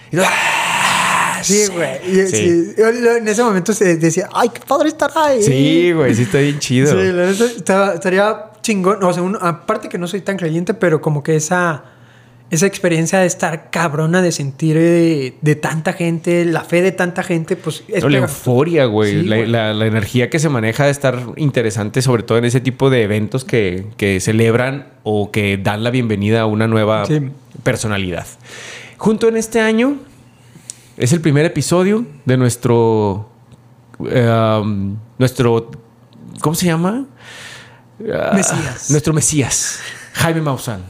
S4: Sí, güey. Y-
S3: Sí.
S4: sí. Yo lo- En ese momento se decía, ay, qué padre estar ahí.
S3: Sí, güey, sí está bien
S4: Sí,
S3: chido.
S4: la neta, estaba- estaría chingón. O sea, uno- aparte que no soy tan creyente, pero como que esa, esa experiencia de estar cabrona, de sentir eh, de, tanta gente, la fe de tanta gente, pues es
S3: No, la
S4: pega-
S3: euforia, güey.
S4: Sí,
S3: la,
S4: güey.
S3: la- la energía que se maneja de estar interesante, sobre todo en ese tipo de eventos que, que celebran o que dan la bienvenida a una nueva
S4: Sí.
S3: personalidad. Junto en este año es el primer episodio de nuestro. eh, um, nuestro. ¿Cómo se llama? Ah,
S4: Mesías.
S3: Nuestro Mesías, Jaime Maussan.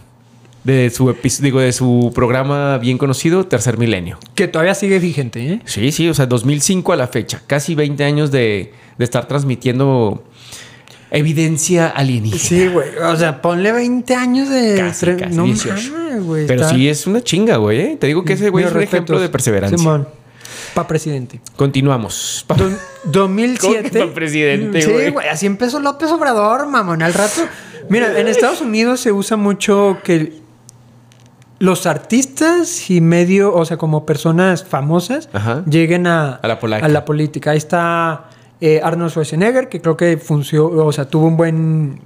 S3: De su, epi- digo, de su programa bien conocido, Tercer Milenio.
S4: Que todavía sigue vigente, ¿eh?
S3: Sí, sí, o sea, 2005 a la fecha, casi 20 años de, de estar transmitiendo evidencia alienígena.
S4: Sí, güey. O sea, ponle 20 años de...
S3: Casi,
S4: tre-
S3: casi
S4: no
S3: 18.
S4: mames, güey.
S3: Pero
S4: está-
S3: sí es una chinga, güey. ¿eh? Te digo que ese güey
S4: Mis
S3: es un
S4: respetos.
S3: ejemplo de perseverancia.
S4: Simón. Pa' presidente.
S3: Continuamos. Pa-
S4: Do- 2007.
S3: ¿Cómo que pa' presidente,
S4: Sí,
S3: güey?
S4: güey. Así empezó López Obrador, mamón. Al rato. Mira, en Estados Unidos se usa mucho que los artistas y medio, o sea, como personas famosas,
S3: Ajá.
S4: lleguen a,
S3: A la polaca.
S4: a la política. Ahí está eh, Arnold Schwarzenegger, que creo que funcionó, o sea, tuvo un buen.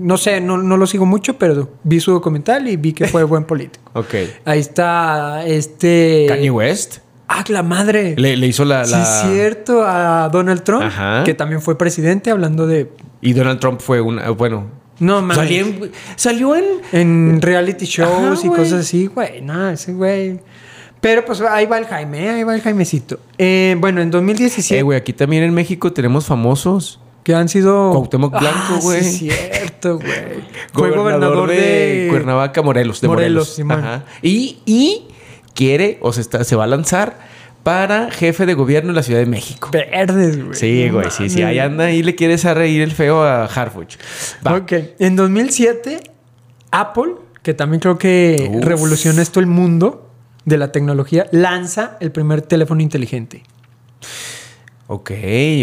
S4: No sé, no, no lo sigo mucho, pero vi su documental y vi que fue buen político.
S3: Ok.
S4: Ahí está este.
S3: Kanye West
S4: Ah, la madre.
S3: le, le hizo la,
S4: Sí,
S3: la-
S4: es cierto, a Donald Trump,
S3: Ajá.
S4: que también fue presidente, hablando de.
S3: Y Donald Trump fue una... Bueno...
S4: No mames.
S3: Salió en, salió en-
S4: En reality shows
S3: Ajá,
S4: y
S3: güey.
S4: cosas así, güey. No, ese güey. Pero pues ahí va el Jaime, ahí va el Jaimecito. Eh, bueno, en 2017,
S3: Eh, güey, aquí también en México tenemos famosos.
S4: que han sido.
S3: Cuauhtémoc Blanco,
S4: Ah,
S3: güey.
S4: Sí, es cierto, güey. Fue gobernador de.
S3: Cuernavaca, Morelos, de
S4: Morelos,
S3: Morelos.
S4: Simón.
S3: Ajá. Y, y quiere o se, está, se va a lanzar para jefe de gobierno en la Ciudad de México.
S4: Verdes, güey.
S3: Sí,
S4: No
S3: güey, sí, sí.
S4: mames.
S3: Ahí anda y le quiere a reír el feo a Harfuch. Va.
S4: Ok. En 2007, Apple, que también creo que
S3: Uf.
S4: revolucionó esto el mundo de la tecnología, lanza el primer teléfono inteligente.
S3: Ok,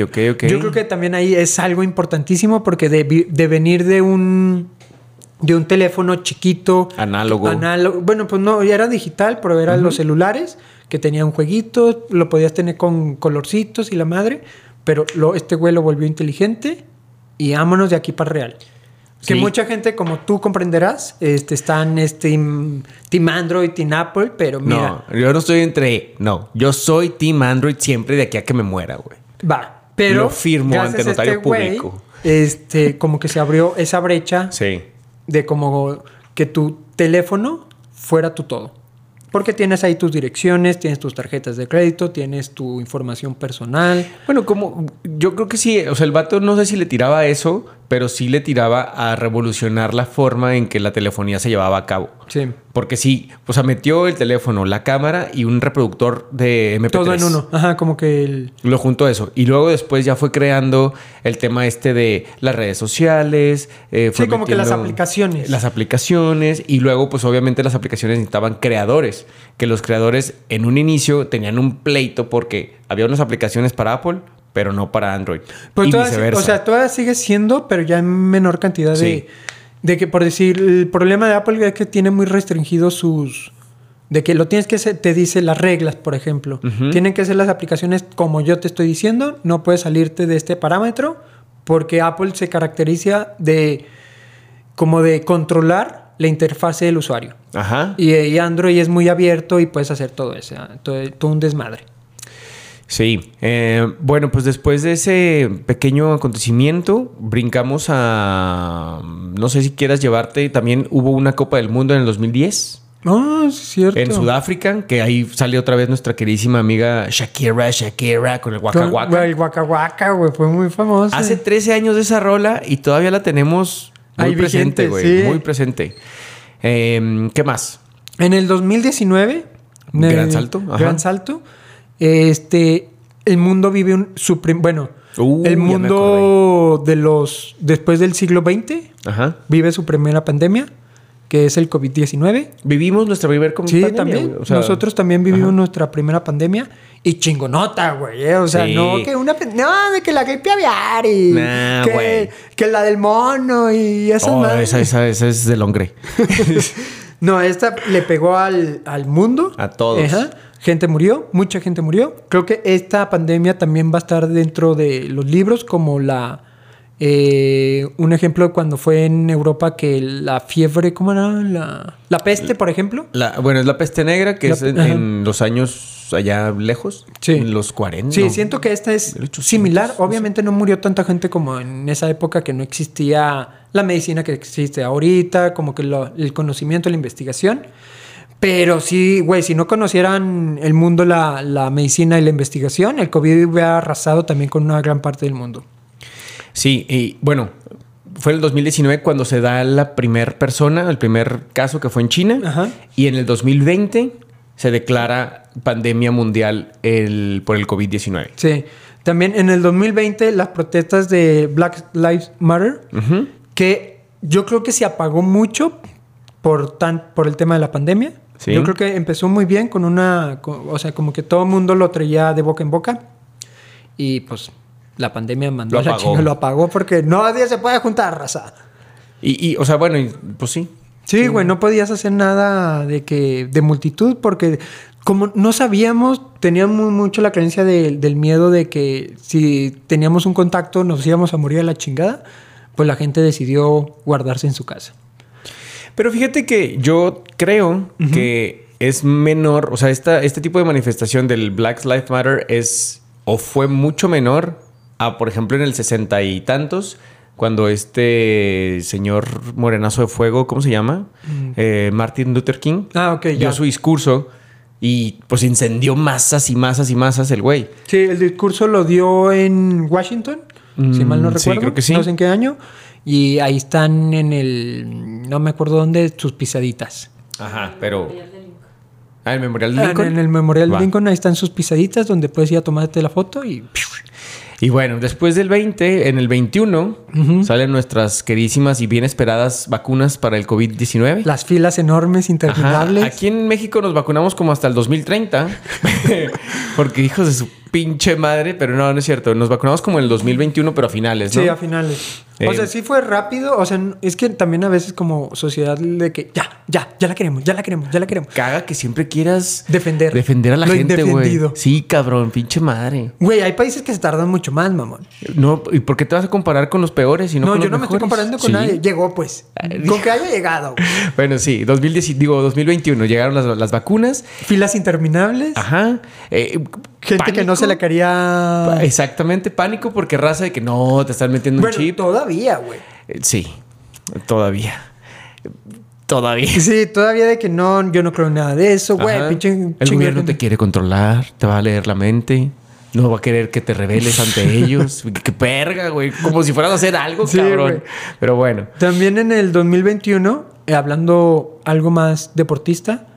S3: ok, ok.
S4: Yo creo que también ahí es algo importantísimo porque de, vi- de venir de un de un teléfono chiquito
S3: Análogo.
S4: análogo- bueno pues no ya era digital pero eran los celulares que tenían jueguitos lo podías tener con colorcitos y la madre pero lo, este güey lo volvió inteligente y vámonos de aquí para real que
S3: Sí.
S4: mucha gente como tú comprenderás este están este team, team Android team Apple pero mira
S3: No, yo no estoy entre... No, yo soy Team Android siempre de aquí a que me muera, güey.
S4: Va, pero.
S3: Lo firmo
S4: gracias
S3: ante
S4: a
S3: notario
S4: güey,
S3: público.
S4: este, como que se abrió esa brecha
S3: Sí.
S4: de como que tu teléfono fuera tu todo. Porque tienes ahí tus direcciones, tienes tus tarjetas de crédito, tienes tu información personal.
S3: Bueno, como yo creo que sí, o sea, el vato no sé si le tiraba a eso, pero sí le tiraba a revolucionar la forma en que la telefonía se llevaba a cabo.
S4: Sí.
S3: Porque sí, o sea, metió el teléfono, la cámara y un reproductor de MP3.
S4: Todo en uno. Ajá, como que el.
S3: Lo junto a eso. Y luego después ya fue creando el tema este de las redes sociales. eh, fue
S4: Sí, como que las
S3: metiendo
S4: aplicaciones.
S3: Las aplicaciones. Y luego, pues obviamente las aplicaciones necesitaban creadores. Que los creadores en un inicio tenían un pleito porque había unas aplicaciones para Apple, pero no para Android.
S4: Pero
S3: y
S4: todas-
S3: viceversa.
S4: Pues o sea, todas sigue siendo, pero ya en menor cantidad de.
S3: Sí.
S4: De que, por decir, el problema de Apple es que tiene muy restringidos sus. De que lo tienes que hacer, te dice las reglas, por ejemplo. Tienen que ser las aplicaciones como yo te estoy diciendo. No puedes salirte de este parámetro porque Apple se caracteriza de. como de controlar la interfase del usuario.
S3: Ajá.
S4: Y, y Android es muy abierto y puedes hacer todo eso. ¿eh? Todo, todo un desmadre.
S3: Sí. Eh, bueno, pues después de ese pequeño acontecimiento, brincamos a. No sé si quieras llevarte. También hubo una Copa del Mundo en el 2010
S4: No,
S3: Ah,
S4: es cierto.
S3: en Sudáfrica, que ahí sale otra vez nuestra queridísima amiga Shakira, Shakira, con el Waka
S4: Con-
S3: Waka.
S4: güey, El Waka Waka, güey, fue muy famoso.
S3: Hace 13 años de esa rola y todavía la tenemos muy
S4: Ahí
S3: presente,
S4: vigente,
S3: güey.
S4: sí.
S3: Muy presente. Eh, ¿Qué más?
S4: En el 2019.
S3: Gran
S4: eh,
S3: salto, ajá.
S4: Gran salto. Este. El mundo vive un, su prim- Bueno.
S3: Uh, ya
S4: el
S3: me
S4: mundo de los. Después del siglo XX.
S3: Ajá.
S4: Vive su primera pandemia. Que es el COVID-19.
S3: Vivimos nuestra primera
S4: Sí,
S3: pandemia,
S4: también.
S3: güey. O sea,
S4: Nosotros también vivimos nuestra primera pandemia. Y chingonota, güey. eh, O sea,
S3: Sí.
S4: no que una. pe- No, de que la gripe aviar y.
S3: Nah, güey.
S4: que, que la del mono y esas
S3: Oh,
S4: madres.
S3: esa, esa, esa es del hombre.
S4: No, esta le pegó al, al mundo.
S3: A todos.
S4: Ajá. Gente murió, mucha gente murió. Creo que esta pandemia también va a estar dentro de los libros, como la. eh, un ejemplo de cuando fue en Europa que la fiebre, ¿cómo era? La, la peste, por ejemplo.
S3: La- bueno, es la peste negra, que
S4: La-
S3: es en,
S4: ajá.
S3: en los años allá lejos.
S4: Sí.
S3: En los 40.
S4: Sí,
S3: no.
S4: siento que esta es
S3: 1800,
S4: similar.
S3: no sé.
S4: Obviamente no murió tanta gente como en esa época que no existía la medicina que existe ahorita, como que lo- el conocimiento, la investigación. Pero sí, güey, si no conocieran el mundo, la, la medicina y la investigación, el COVID hubiera arrasado también con una gran parte del mundo.
S3: Sí, y bueno, fue en el 2019 cuando se da la primer persona, el primer caso que fue en China.
S4: Ajá.
S3: Y en el 2020 se declara pandemia mundial el, por el COVID-19.
S4: Sí. También en el 2020 las protestas de Black Lives Matter, que yo creo que se apagó mucho por, tan, por el tema de la pandemia.
S3: Sí.
S4: Yo creo que empezó muy bien con una, co- o sea, como que todo el mundo lo traía de boca en boca y pues la pandemia mandó
S3: Lo
S4: a la
S3: apagó.
S4: chingada, lo apagó porque nadie se puede juntar, raza.
S3: Y, y, o sea, bueno, y, pues sí.
S4: Sí, güey, no podías hacer nada de que de multitud porque como no sabíamos, teníamos mucho la creencia de- del miedo de que si teníamos un contacto nos íbamos a morir a la chingada, pues la gente decidió guardarse en su casa.
S3: Pero fíjate que yo creo que es menor, o sea, esta, este tipo de manifestación del Black Lives Matter es o fue mucho menor a, por ejemplo, en el sesenta y tantos, cuando este señor morenazo de fuego, ¿cómo se llama? Eh, Martin Luther King,
S4: Mm. Ah, ok, ya.
S3: dio su discurso y pues incendió masas y masas y masas el güey.
S4: Sí, el discurso lo dio en Washington, si mal no
S3: Mm, sí,
S4: recuerdo.
S3: creo que sí.
S4: No sé en qué año. Y ahí están en el, no me acuerdo dónde, sus pisaditas.
S3: Ajá, pero... Ah, el memorial de
S4: Ah,
S3: Lincoln.
S4: En el Memorial
S3: Va.
S4: Lincoln ahí están sus pisaditas donde puedes ir a tomarte la foto y...
S3: Y bueno, después del 20, en el 21, salen nuestras queridísimas y bien esperadas vacunas para el COVID-19.
S4: Las filas enormes,
S3: Ajá.
S4: interminables.
S3: Aquí en México nos vacunamos como hasta el 2030, porque hijos de su pinche madre, pero no, no es cierto. Nos vacunamos como en el 2021, pero a finales, ¿no?
S4: Sí, a finales.
S3: Eh,
S4: o sea, sí fue rápido. O sea, n- es que también a veces como sociedad de que ya, ya, ya la queremos, ya la queremos, ya la queremos.
S3: Caga que siempre quieras
S4: Defender.
S3: defender a la
S4: Lo
S3: gente, güey.
S4: indefendido.
S3: Sí, cabrón, pinche madre.
S4: Güey, hay países que se tardan mucho más, mamón.
S3: No, ¿y por qué te vas a comparar con los peores y no,
S4: No,
S3: con
S4: yo
S3: los
S4: no me estoy
S3: mejores?
S4: comparando con
S3: Sí. Ah,
S4: nadie. Llegó, pues. Con que haya llegado. güey.
S3: Bueno, sí, 2010, digo, 2021 llegaron las, las vacunas.
S4: Filas interminables.
S3: Ajá. Eh,
S4: gente que no se la
S3: pánico.
S4: quería...
S3: Pa- Exactamente, pánico porque raza de que no, te están metiendo
S4: Bueno,
S3: un chip.
S4: todavía, güey.
S3: Eh, sí, todavía. Todavía.
S4: Sí, todavía de que no, yo no creo en nada de eso, güey.
S3: Ajá.
S4: Pinche
S3: El gobierno te quiere controlar, te va a leer la mente. No va a querer que te rebeles ante ellos. Qué perga, güey. Como si fueras a hacer algo,
S4: Sí,
S3: cabrón.
S4: güey.
S3: Pero bueno.
S4: También en el 2021, eh, hablando algo más deportista,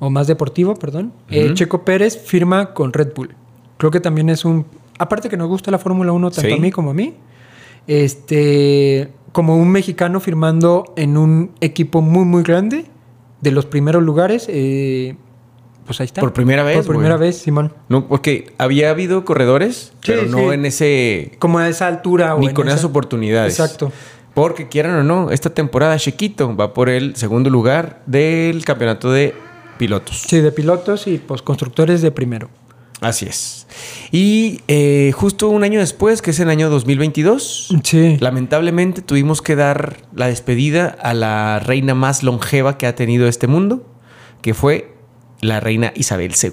S4: o más deportivo, perdón, eh, Checo Pérez firma con Red Bull. Creo que también es un... Aparte que nos gusta la Fórmula 1 tanto
S6: Sí.
S4: a mí como a mí, este, como un mexicano firmando en un equipo muy, muy grande, de los primeros lugares, eh, pues ahí está.
S3: Por primera vez,
S4: Por primera
S3: güey.
S4: vez, Simón.
S3: No, porque había habido corredores,
S4: Sí,
S3: pero no
S4: sí.
S3: en ese.
S4: Como a esa altura o
S3: ni
S4: en
S3: con
S4: esa-
S3: esas oportunidades.
S4: Exacto.
S3: Porque quieran o no, esta temporada Chiquito va por el segundo lugar del campeonato de pilotos.
S4: Sí, de pilotos y pues constructores de primero.
S3: Así es. Y eh, justo un año después, que es el año 2022,
S4: Sí.
S3: lamentablemente tuvimos que dar la despedida a la reina más longeva que ha tenido este mundo, que fue la reina Isabel II.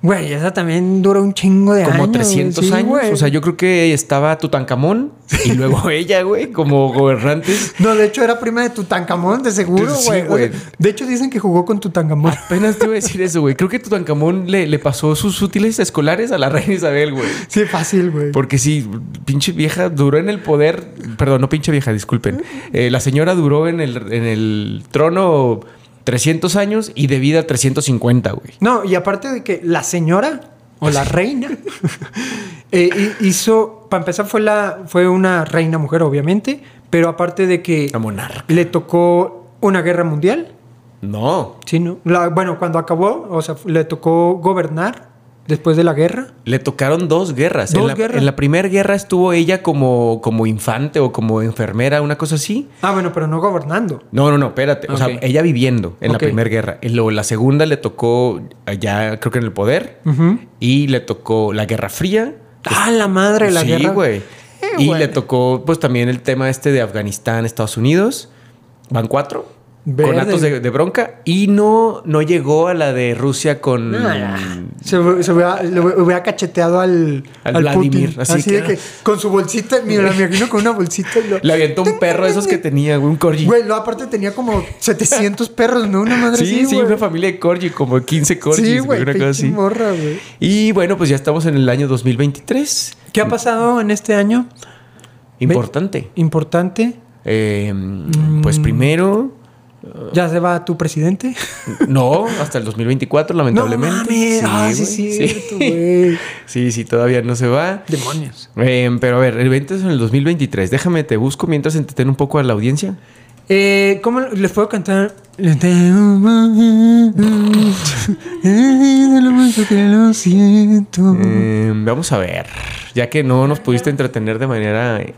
S4: Güey, esa también duró un chingo de años.
S3: Como
S4: güey.
S3: 300
S4: Este Sí,
S3: años.
S4: güey.
S3: O sea, yo creo que estaba Tutankamón y luego ella, güey, como gobernantes.
S4: No, de hecho era prima de Tutankamón, de seguro,
S3: Sí,
S4: güey. O
S3: güey.
S4: sea, de hecho dicen que jugó con Tutankamón.
S3: Apenas te iba a decir eso, güey. Creo que Tutankamón le, le pasó sus útiles escolares a la reina Isabel, güey.
S4: Sí, fácil, güey.
S3: Porque sí, pinche vieja duró en el poder. Perdón, no pinche vieja, disculpen. Eh, la señora duró en el, en el trono 300 años y de vida 350, güey.
S4: No, y aparte de que la señora o la reina eh, hi- hizo, para empezar fue la fue una reina mujer, obviamente, pero aparte de que
S3: La monarca.
S4: le tocó una guerra mundial,
S3: No.
S4: sí, no, La- bueno, cuando acabó, o sea, le tocó gobernar después de la guerra.
S3: Le tocaron dos guerras.
S4: Dos
S3: en la,
S4: guerras.
S3: En la primera guerra estuvo ella como, como infante o como enfermera, una cosa así.
S4: Ah, bueno, pero no gobernando.
S3: No, no, no, espérate. O sea,
S4: Ok.
S3: ella viviendo en
S4: Ok.
S3: la primera guerra. En lo- la segunda le tocó ya, creo que en el poder.
S4: Ujú.
S3: Y le tocó la Guerra Fría.
S4: Ah, la madre, la
S3: sí,
S4: guerra.
S3: güey.
S4: Eh,
S3: y
S4: güey.
S3: le tocó, pues también el tema este de Afganistán, Estados Unidos. Van cuatro.
S4: Verde.
S3: Con atos de, de bronca. Y no, no llegó a la de Rusia con.
S4: Se, hue- se hubiera, le hue- hubiera cacheteado al,
S3: Al
S4: Vladimir.
S3: Vladimir,
S4: Así,
S3: así
S4: de
S3: que-
S4: que con su bolsita, mira, me imagino con una bolsita. y lo-
S3: Le avientó un perro de esos que tenía, güey, un corgi.
S4: Güey, lo aparte tenía como 700 perros, ¿no? Una madre
S3: sí,
S4: así,
S3: sí,
S4: güey.
S3: una familia de corgi, como 15 corgis,
S4: Sí,
S3: güey,
S4: güey,
S3: una cosa
S4: pinche
S3: así.
S4: morra, güey.
S3: Y bueno, pues ya estamos en el año 2023.
S4: ¿Qué ha pasado en este año
S3: Importante.
S4: importante?
S3: Eh,
S4: Mm.
S3: pues primero,
S4: ¿Ya se va tu presidente?
S3: no, hasta el 2024, lamentablemente.
S4: No mames. ah, sí,
S3: güey,
S4: sí, cierto, güey.
S3: Sí, sí, todavía no se va.
S4: Demonios.
S3: Eh, pero a ver, el 20 es en el 2023. Déjame, te busco mientras entreten un poco a la audiencia.
S4: Eh, ¿Cómo les puedo cantar?
S3: Mm.
S4: lo siento.
S3: Eh, vamos a ver. Ya que no nos pudiste entretener de manera. eh,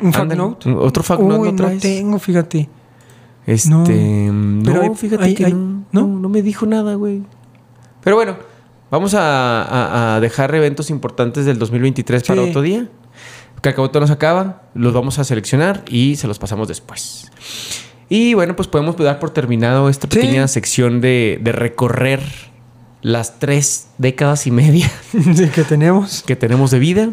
S4: ¿Un fact
S3: ándale, Mm,
S4: note?
S3: ¿Otro fact note
S4: Uy,
S3: no traes?
S4: tengo, fíjate.
S3: Este.
S4: No.
S3: No,
S4: Pero hay-
S3: fíjate
S4: hay-
S3: que
S4: hay-
S3: no,
S4: ¿no?
S3: no, no me dijo nada, güey. Pero bueno, vamos a, a- a dejar eventos importantes del 2023 para
S4: Sí.
S3: otro día. Cacaboto nos acaba, los vamos a seleccionar y se los pasamos después. Y bueno, pues podemos dar por terminado esta
S4: Sí.
S3: pequeña sección de, de recorrer las tres décadas y media
S4: Sí, que tenemos.
S3: que tenemos de vida.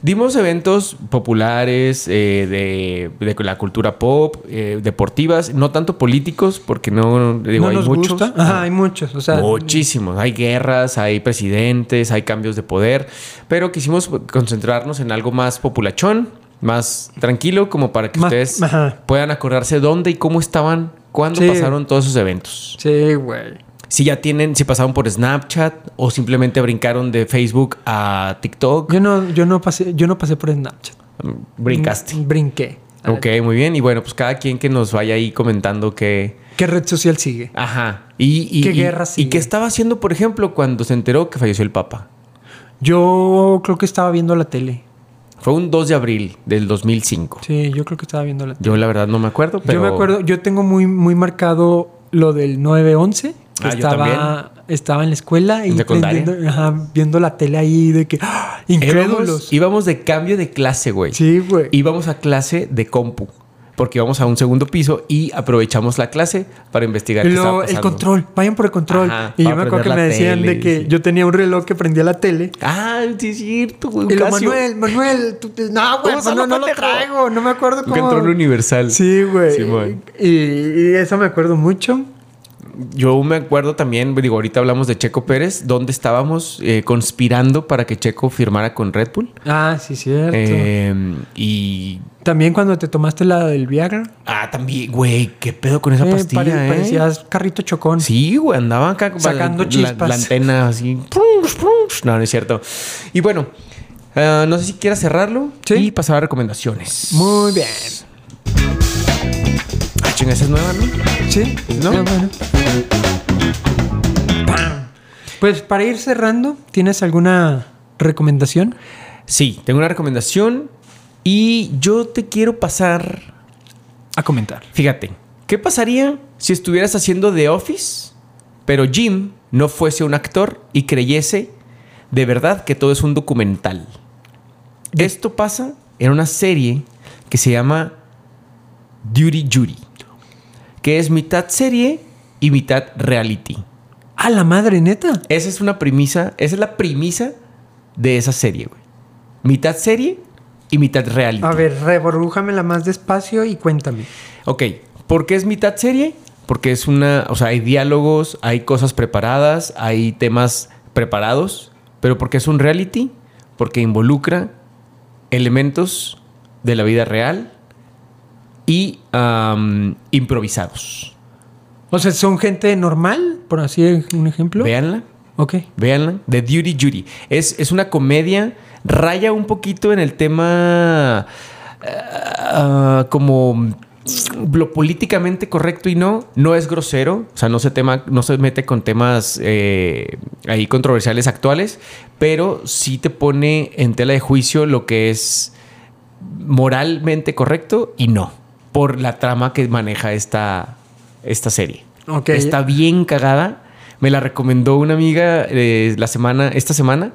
S3: Dimos eventos populares eh, de, de la cultura pop, eh, deportivas, no tanto políticos, porque no, digo,
S4: no
S3: hay
S4: nos
S3: muchos.
S4: gusta. Ajá, hay muchos. O sea,
S3: Muchísimos. Hay guerras, hay presidentes, hay cambios de poder, pero quisimos concentrarnos en algo más populachón, más tranquilo, como para que
S4: Más-
S3: ustedes
S4: ajá.
S3: puedan acordarse dónde y cómo estaban, cuándo
S4: Sí.
S3: pasaron todos esos eventos
S4: sí, güey.
S3: si ya tienen, si pasaron por Snapchat o simplemente brincaron de Facebook a TikTok,
S4: Yo no, yo no pasé, yo no pasé por Snapchat. Mm,
S3: brincaste.
S4: Brinqué. A ver,
S3: Ok, muy bien. Y bueno, pues cada quien que nos vaya ahí comentando qué.
S4: ¿Qué red social sigue?
S3: Ajá. Y, y-
S4: ¿Qué
S3: y-
S4: guerra
S3: y,
S4: sigue?
S3: qué estaba haciendo, por ejemplo, cuando se enteró que falleció el Papa.
S4: Yo creo que estaba viendo la tele.
S3: Fue un 2 de abril del 2005.
S4: Sí, yo creo que estaba viendo la tele.
S3: Yo la verdad no me acuerdo, pero.
S4: Yo me acuerdo, yo tengo muy, muy marcado lo del 911. que
S3: Ah, yo
S4: estaba, estaba en la escuela y
S3: ¿En secundaria?
S4: prendiendo- ajá, viendo la tele ahí de que ¡ah! incrédulos.
S3: Íbamos, íbamos de cambio de clase, güey.
S4: Sí, güey.
S3: íbamos a clase de compu. Porque íbamos a un segundo piso y aprovechamos la clase para investigar
S4: Y
S3: qué
S4: luego
S3: estaba
S4: el
S3: pasando.
S4: control, vayan por el control.
S3: Ajá,
S4: y yo
S3: para
S4: me acuerdo que me
S3: prender la
S4: decían de
S3: tele,
S4: que
S3: sí.
S4: yo tenía un reloj que prendía la tele.
S3: Ah, sí es cierto, güey.
S4: Y lo,
S3: Casio.
S4: Manuel, Manuel, tú te- no, güey,
S3: Úsalo,
S4: Manuel, no lo
S3: pendejo.
S4: traigo, no me acuerdo
S3: Un
S4: cómo.
S3: control universal.
S4: Sí, güey.
S3: Simón.
S4: y, y eso me acuerdo mucho.
S3: yo me acuerdo también, digo, ahorita hablamos de Checo Pérez, donde estábamos eh, conspirando para que Checo firmara con Red Bull.
S4: Ah, sí, cierto.
S3: Eh, y.
S4: También cuando te tomaste la del Viagra.
S3: Ah, también, güey, qué pedo con esa
S4: eh,
S3: pastilla,
S4: pare-
S3: eh?
S4: Parecías carrito chocón.
S3: Sí, güey, andaba acá
S4: Sacando
S3: la- La,
S4: chispas.
S3: la antena así. prunch, prunch. No, no es cierto. Y bueno, ah, no sé si quieras cerrarlo
S4: Sí.
S3: y pasar a recomendaciones.
S4: Muy bien.
S3: Ah, chinga, esa es nueva, ¿no?
S4: Sí.
S3: ¿No?
S4: Ah, bueno. Pam. Pues para ir cerrando, ¿tienes alguna recomendación?
S3: Sí, tengo una recomendación y yo te quiero pasar.
S4: A comentar.
S3: Fíjate, ¿qué pasaría si estuvieras haciendo The Office, pero Jim no fuese un actor y creyese de verdad que todo es un documental? Esto pasa en una serie que se llama Duty Judy, que es mitad serie y mitad reality.
S4: A la madre neta.
S3: Esa es una premisa, esa es la premisa de esa serie, güey. Mitad serie y mitad reality.
S4: A ver, reborrújamela más despacio y cuéntame.
S3: Ok, ¿por qué es mitad serie? Porque es una, o sea, hay diálogos, hay cosas preparadas, hay temas preparados, pero porque es un reality, porque involucra elementos de la vida real y am, improvisados.
S4: O sea, ¿son gente normal? Por así un ejemplo.
S3: Véanla,
S4: Ok.
S3: véanla. The Duty Judy. Es, es una comedia, raya un poquito en el tema ah, como lo políticamente correcto y no, no es grosero, o sea, no se, tema, no se mete con temas eh, ahí controversiales actuales, pero sí te pone en tela de juicio lo que es moralmente correcto y no, por la trama que maneja esta, esta serie.
S4: Ok.
S3: Está bien cagada, me la recomendó una amiga eh, la semana, esta semana,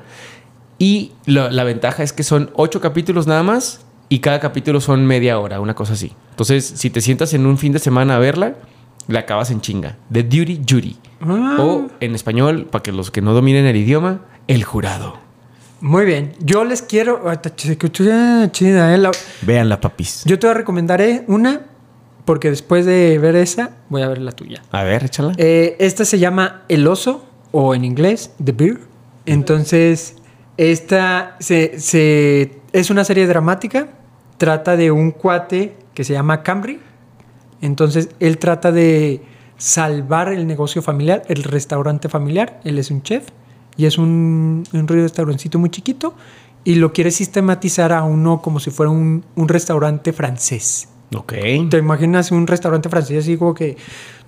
S3: y la, la ventaja es que son ocho capítulos nada más y cada capítulo son media hora, una cosa así. Entonces, si te sientas en un fin de semana a verla, la acabas en chinga. The Duty Judy.
S4: Ah.
S3: O en español, para que los que no dominen el idioma, El Jurado.
S4: Muy bien. Yo les quiero. Ah, Chida, eh, la-
S3: Véanla, papis.
S4: Yo te voy a recomendar eh, una, porque después de ver esa, voy a ver la tuya.
S3: A ver, échala.
S4: Eh, esta se llama El Oso, o en inglés, The Bear. Entonces, esta se, se- es una serie dramática. Trata de un cuate que se llama Camry. Entonces, él trata de salvar el negocio familiar, el restaurante familiar. Él es un chef y es un, un restaurancito muy chiquito. Y lo quiere sistematizar a uno como si fuera un, un restaurante francés.
S3: ok.
S4: ¿Te imaginas un restaurante francés así como que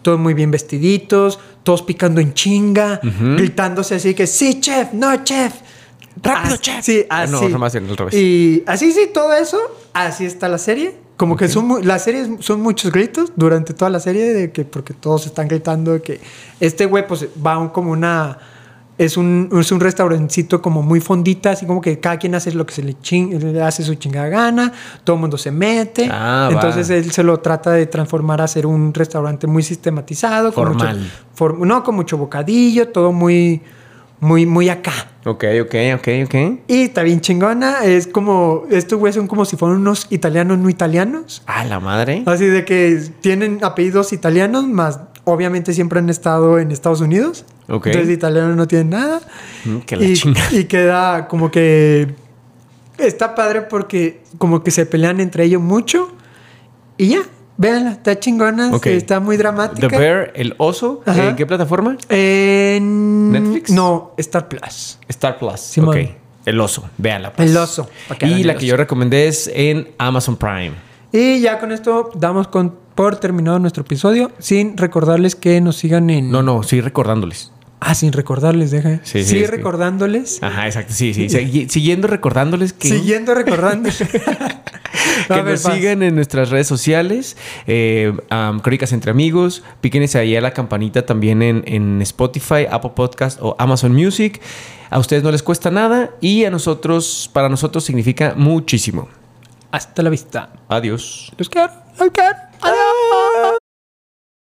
S4: todos muy bien vestiditos, todos picando en chinga, gritándose así que sí, chef, no, chef, rápido, chef? Sí,
S3: Ah,
S4: así.
S3: no, nomás en el revés.
S4: Y así, sí, todo eso, así está la serie. Como que son mu- las series son muchos gritos durante toda la serie de que porque todos están gritando de que este güey pues va a un- como una es un es un restaurancito como muy fondita, así como que cada quien hace lo que se le, chin- le hace su chingada gana, todo el mundo se mete.
S3: Ah, va.
S4: Entonces él se lo trata de transformar a ser un restaurante muy sistematizado, con mucho-
S3: Formal.
S4: form- no, con mucho bocadillo, todo muy muy muy acá.
S3: Ok, ok, ok, ok.
S4: Y está bien chingona. Es como. Estos güeyes son como si fueran unos italianos no italianos.
S3: Ah, la madre.
S4: Así de que tienen apellidos italianos, más obviamente siempre han estado en Estados Unidos.
S3: Ok.
S4: Entonces, de italiano no tienen nada.
S3: Mm, que la
S4: y,
S3: chinga.
S4: y queda como que. Está padre porque como que se pelean entre ellos mucho. Y ya, véanla, está chingona,
S3: Ok.
S4: está muy dramática.
S3: The Bear, El Oso.
S4: Ajá.
S3: ¿En qué plataforma?
S4: En-
S3: ¿Netflix?
S4: No, Star Plus.
S3: Star Plus.
S4: Simón.
S3: ok. El Oso. Véanla. pues.
S4: El oso. pa' que vean
S3: Y
S4: el
S3: la que
S4: oso.
S3: yo recomendé es en Amazon Prime.
S4: Y ya con esto damos con, por terminado nuestro episodio, sin recordarles que nos sigan en...
S3: No, no, sí, recordándoles.
S4: Ah, sin recordarles, deja.
S3: Sí,
S4: Sí,
S3: sí, es que-
S4: recordándoles.
S3: Ajá, exacto, sí, sí. Segui- siguiendo recordándoles que,
S4: Siguiendo recordándoles.
S3: que nos sigan en nuestras redes sociales, eh, am, Crónicas Entre Amigos, píquense ahí a la campanita también en, en Spotify, Apple Podcast o Amazon Music. A ustedes no les cuesta nada y a nosotros, para nosotros significa muchísimo.
S4: Hasta la vista.
S3: Adiós.
S4: Los quiero, los quiero.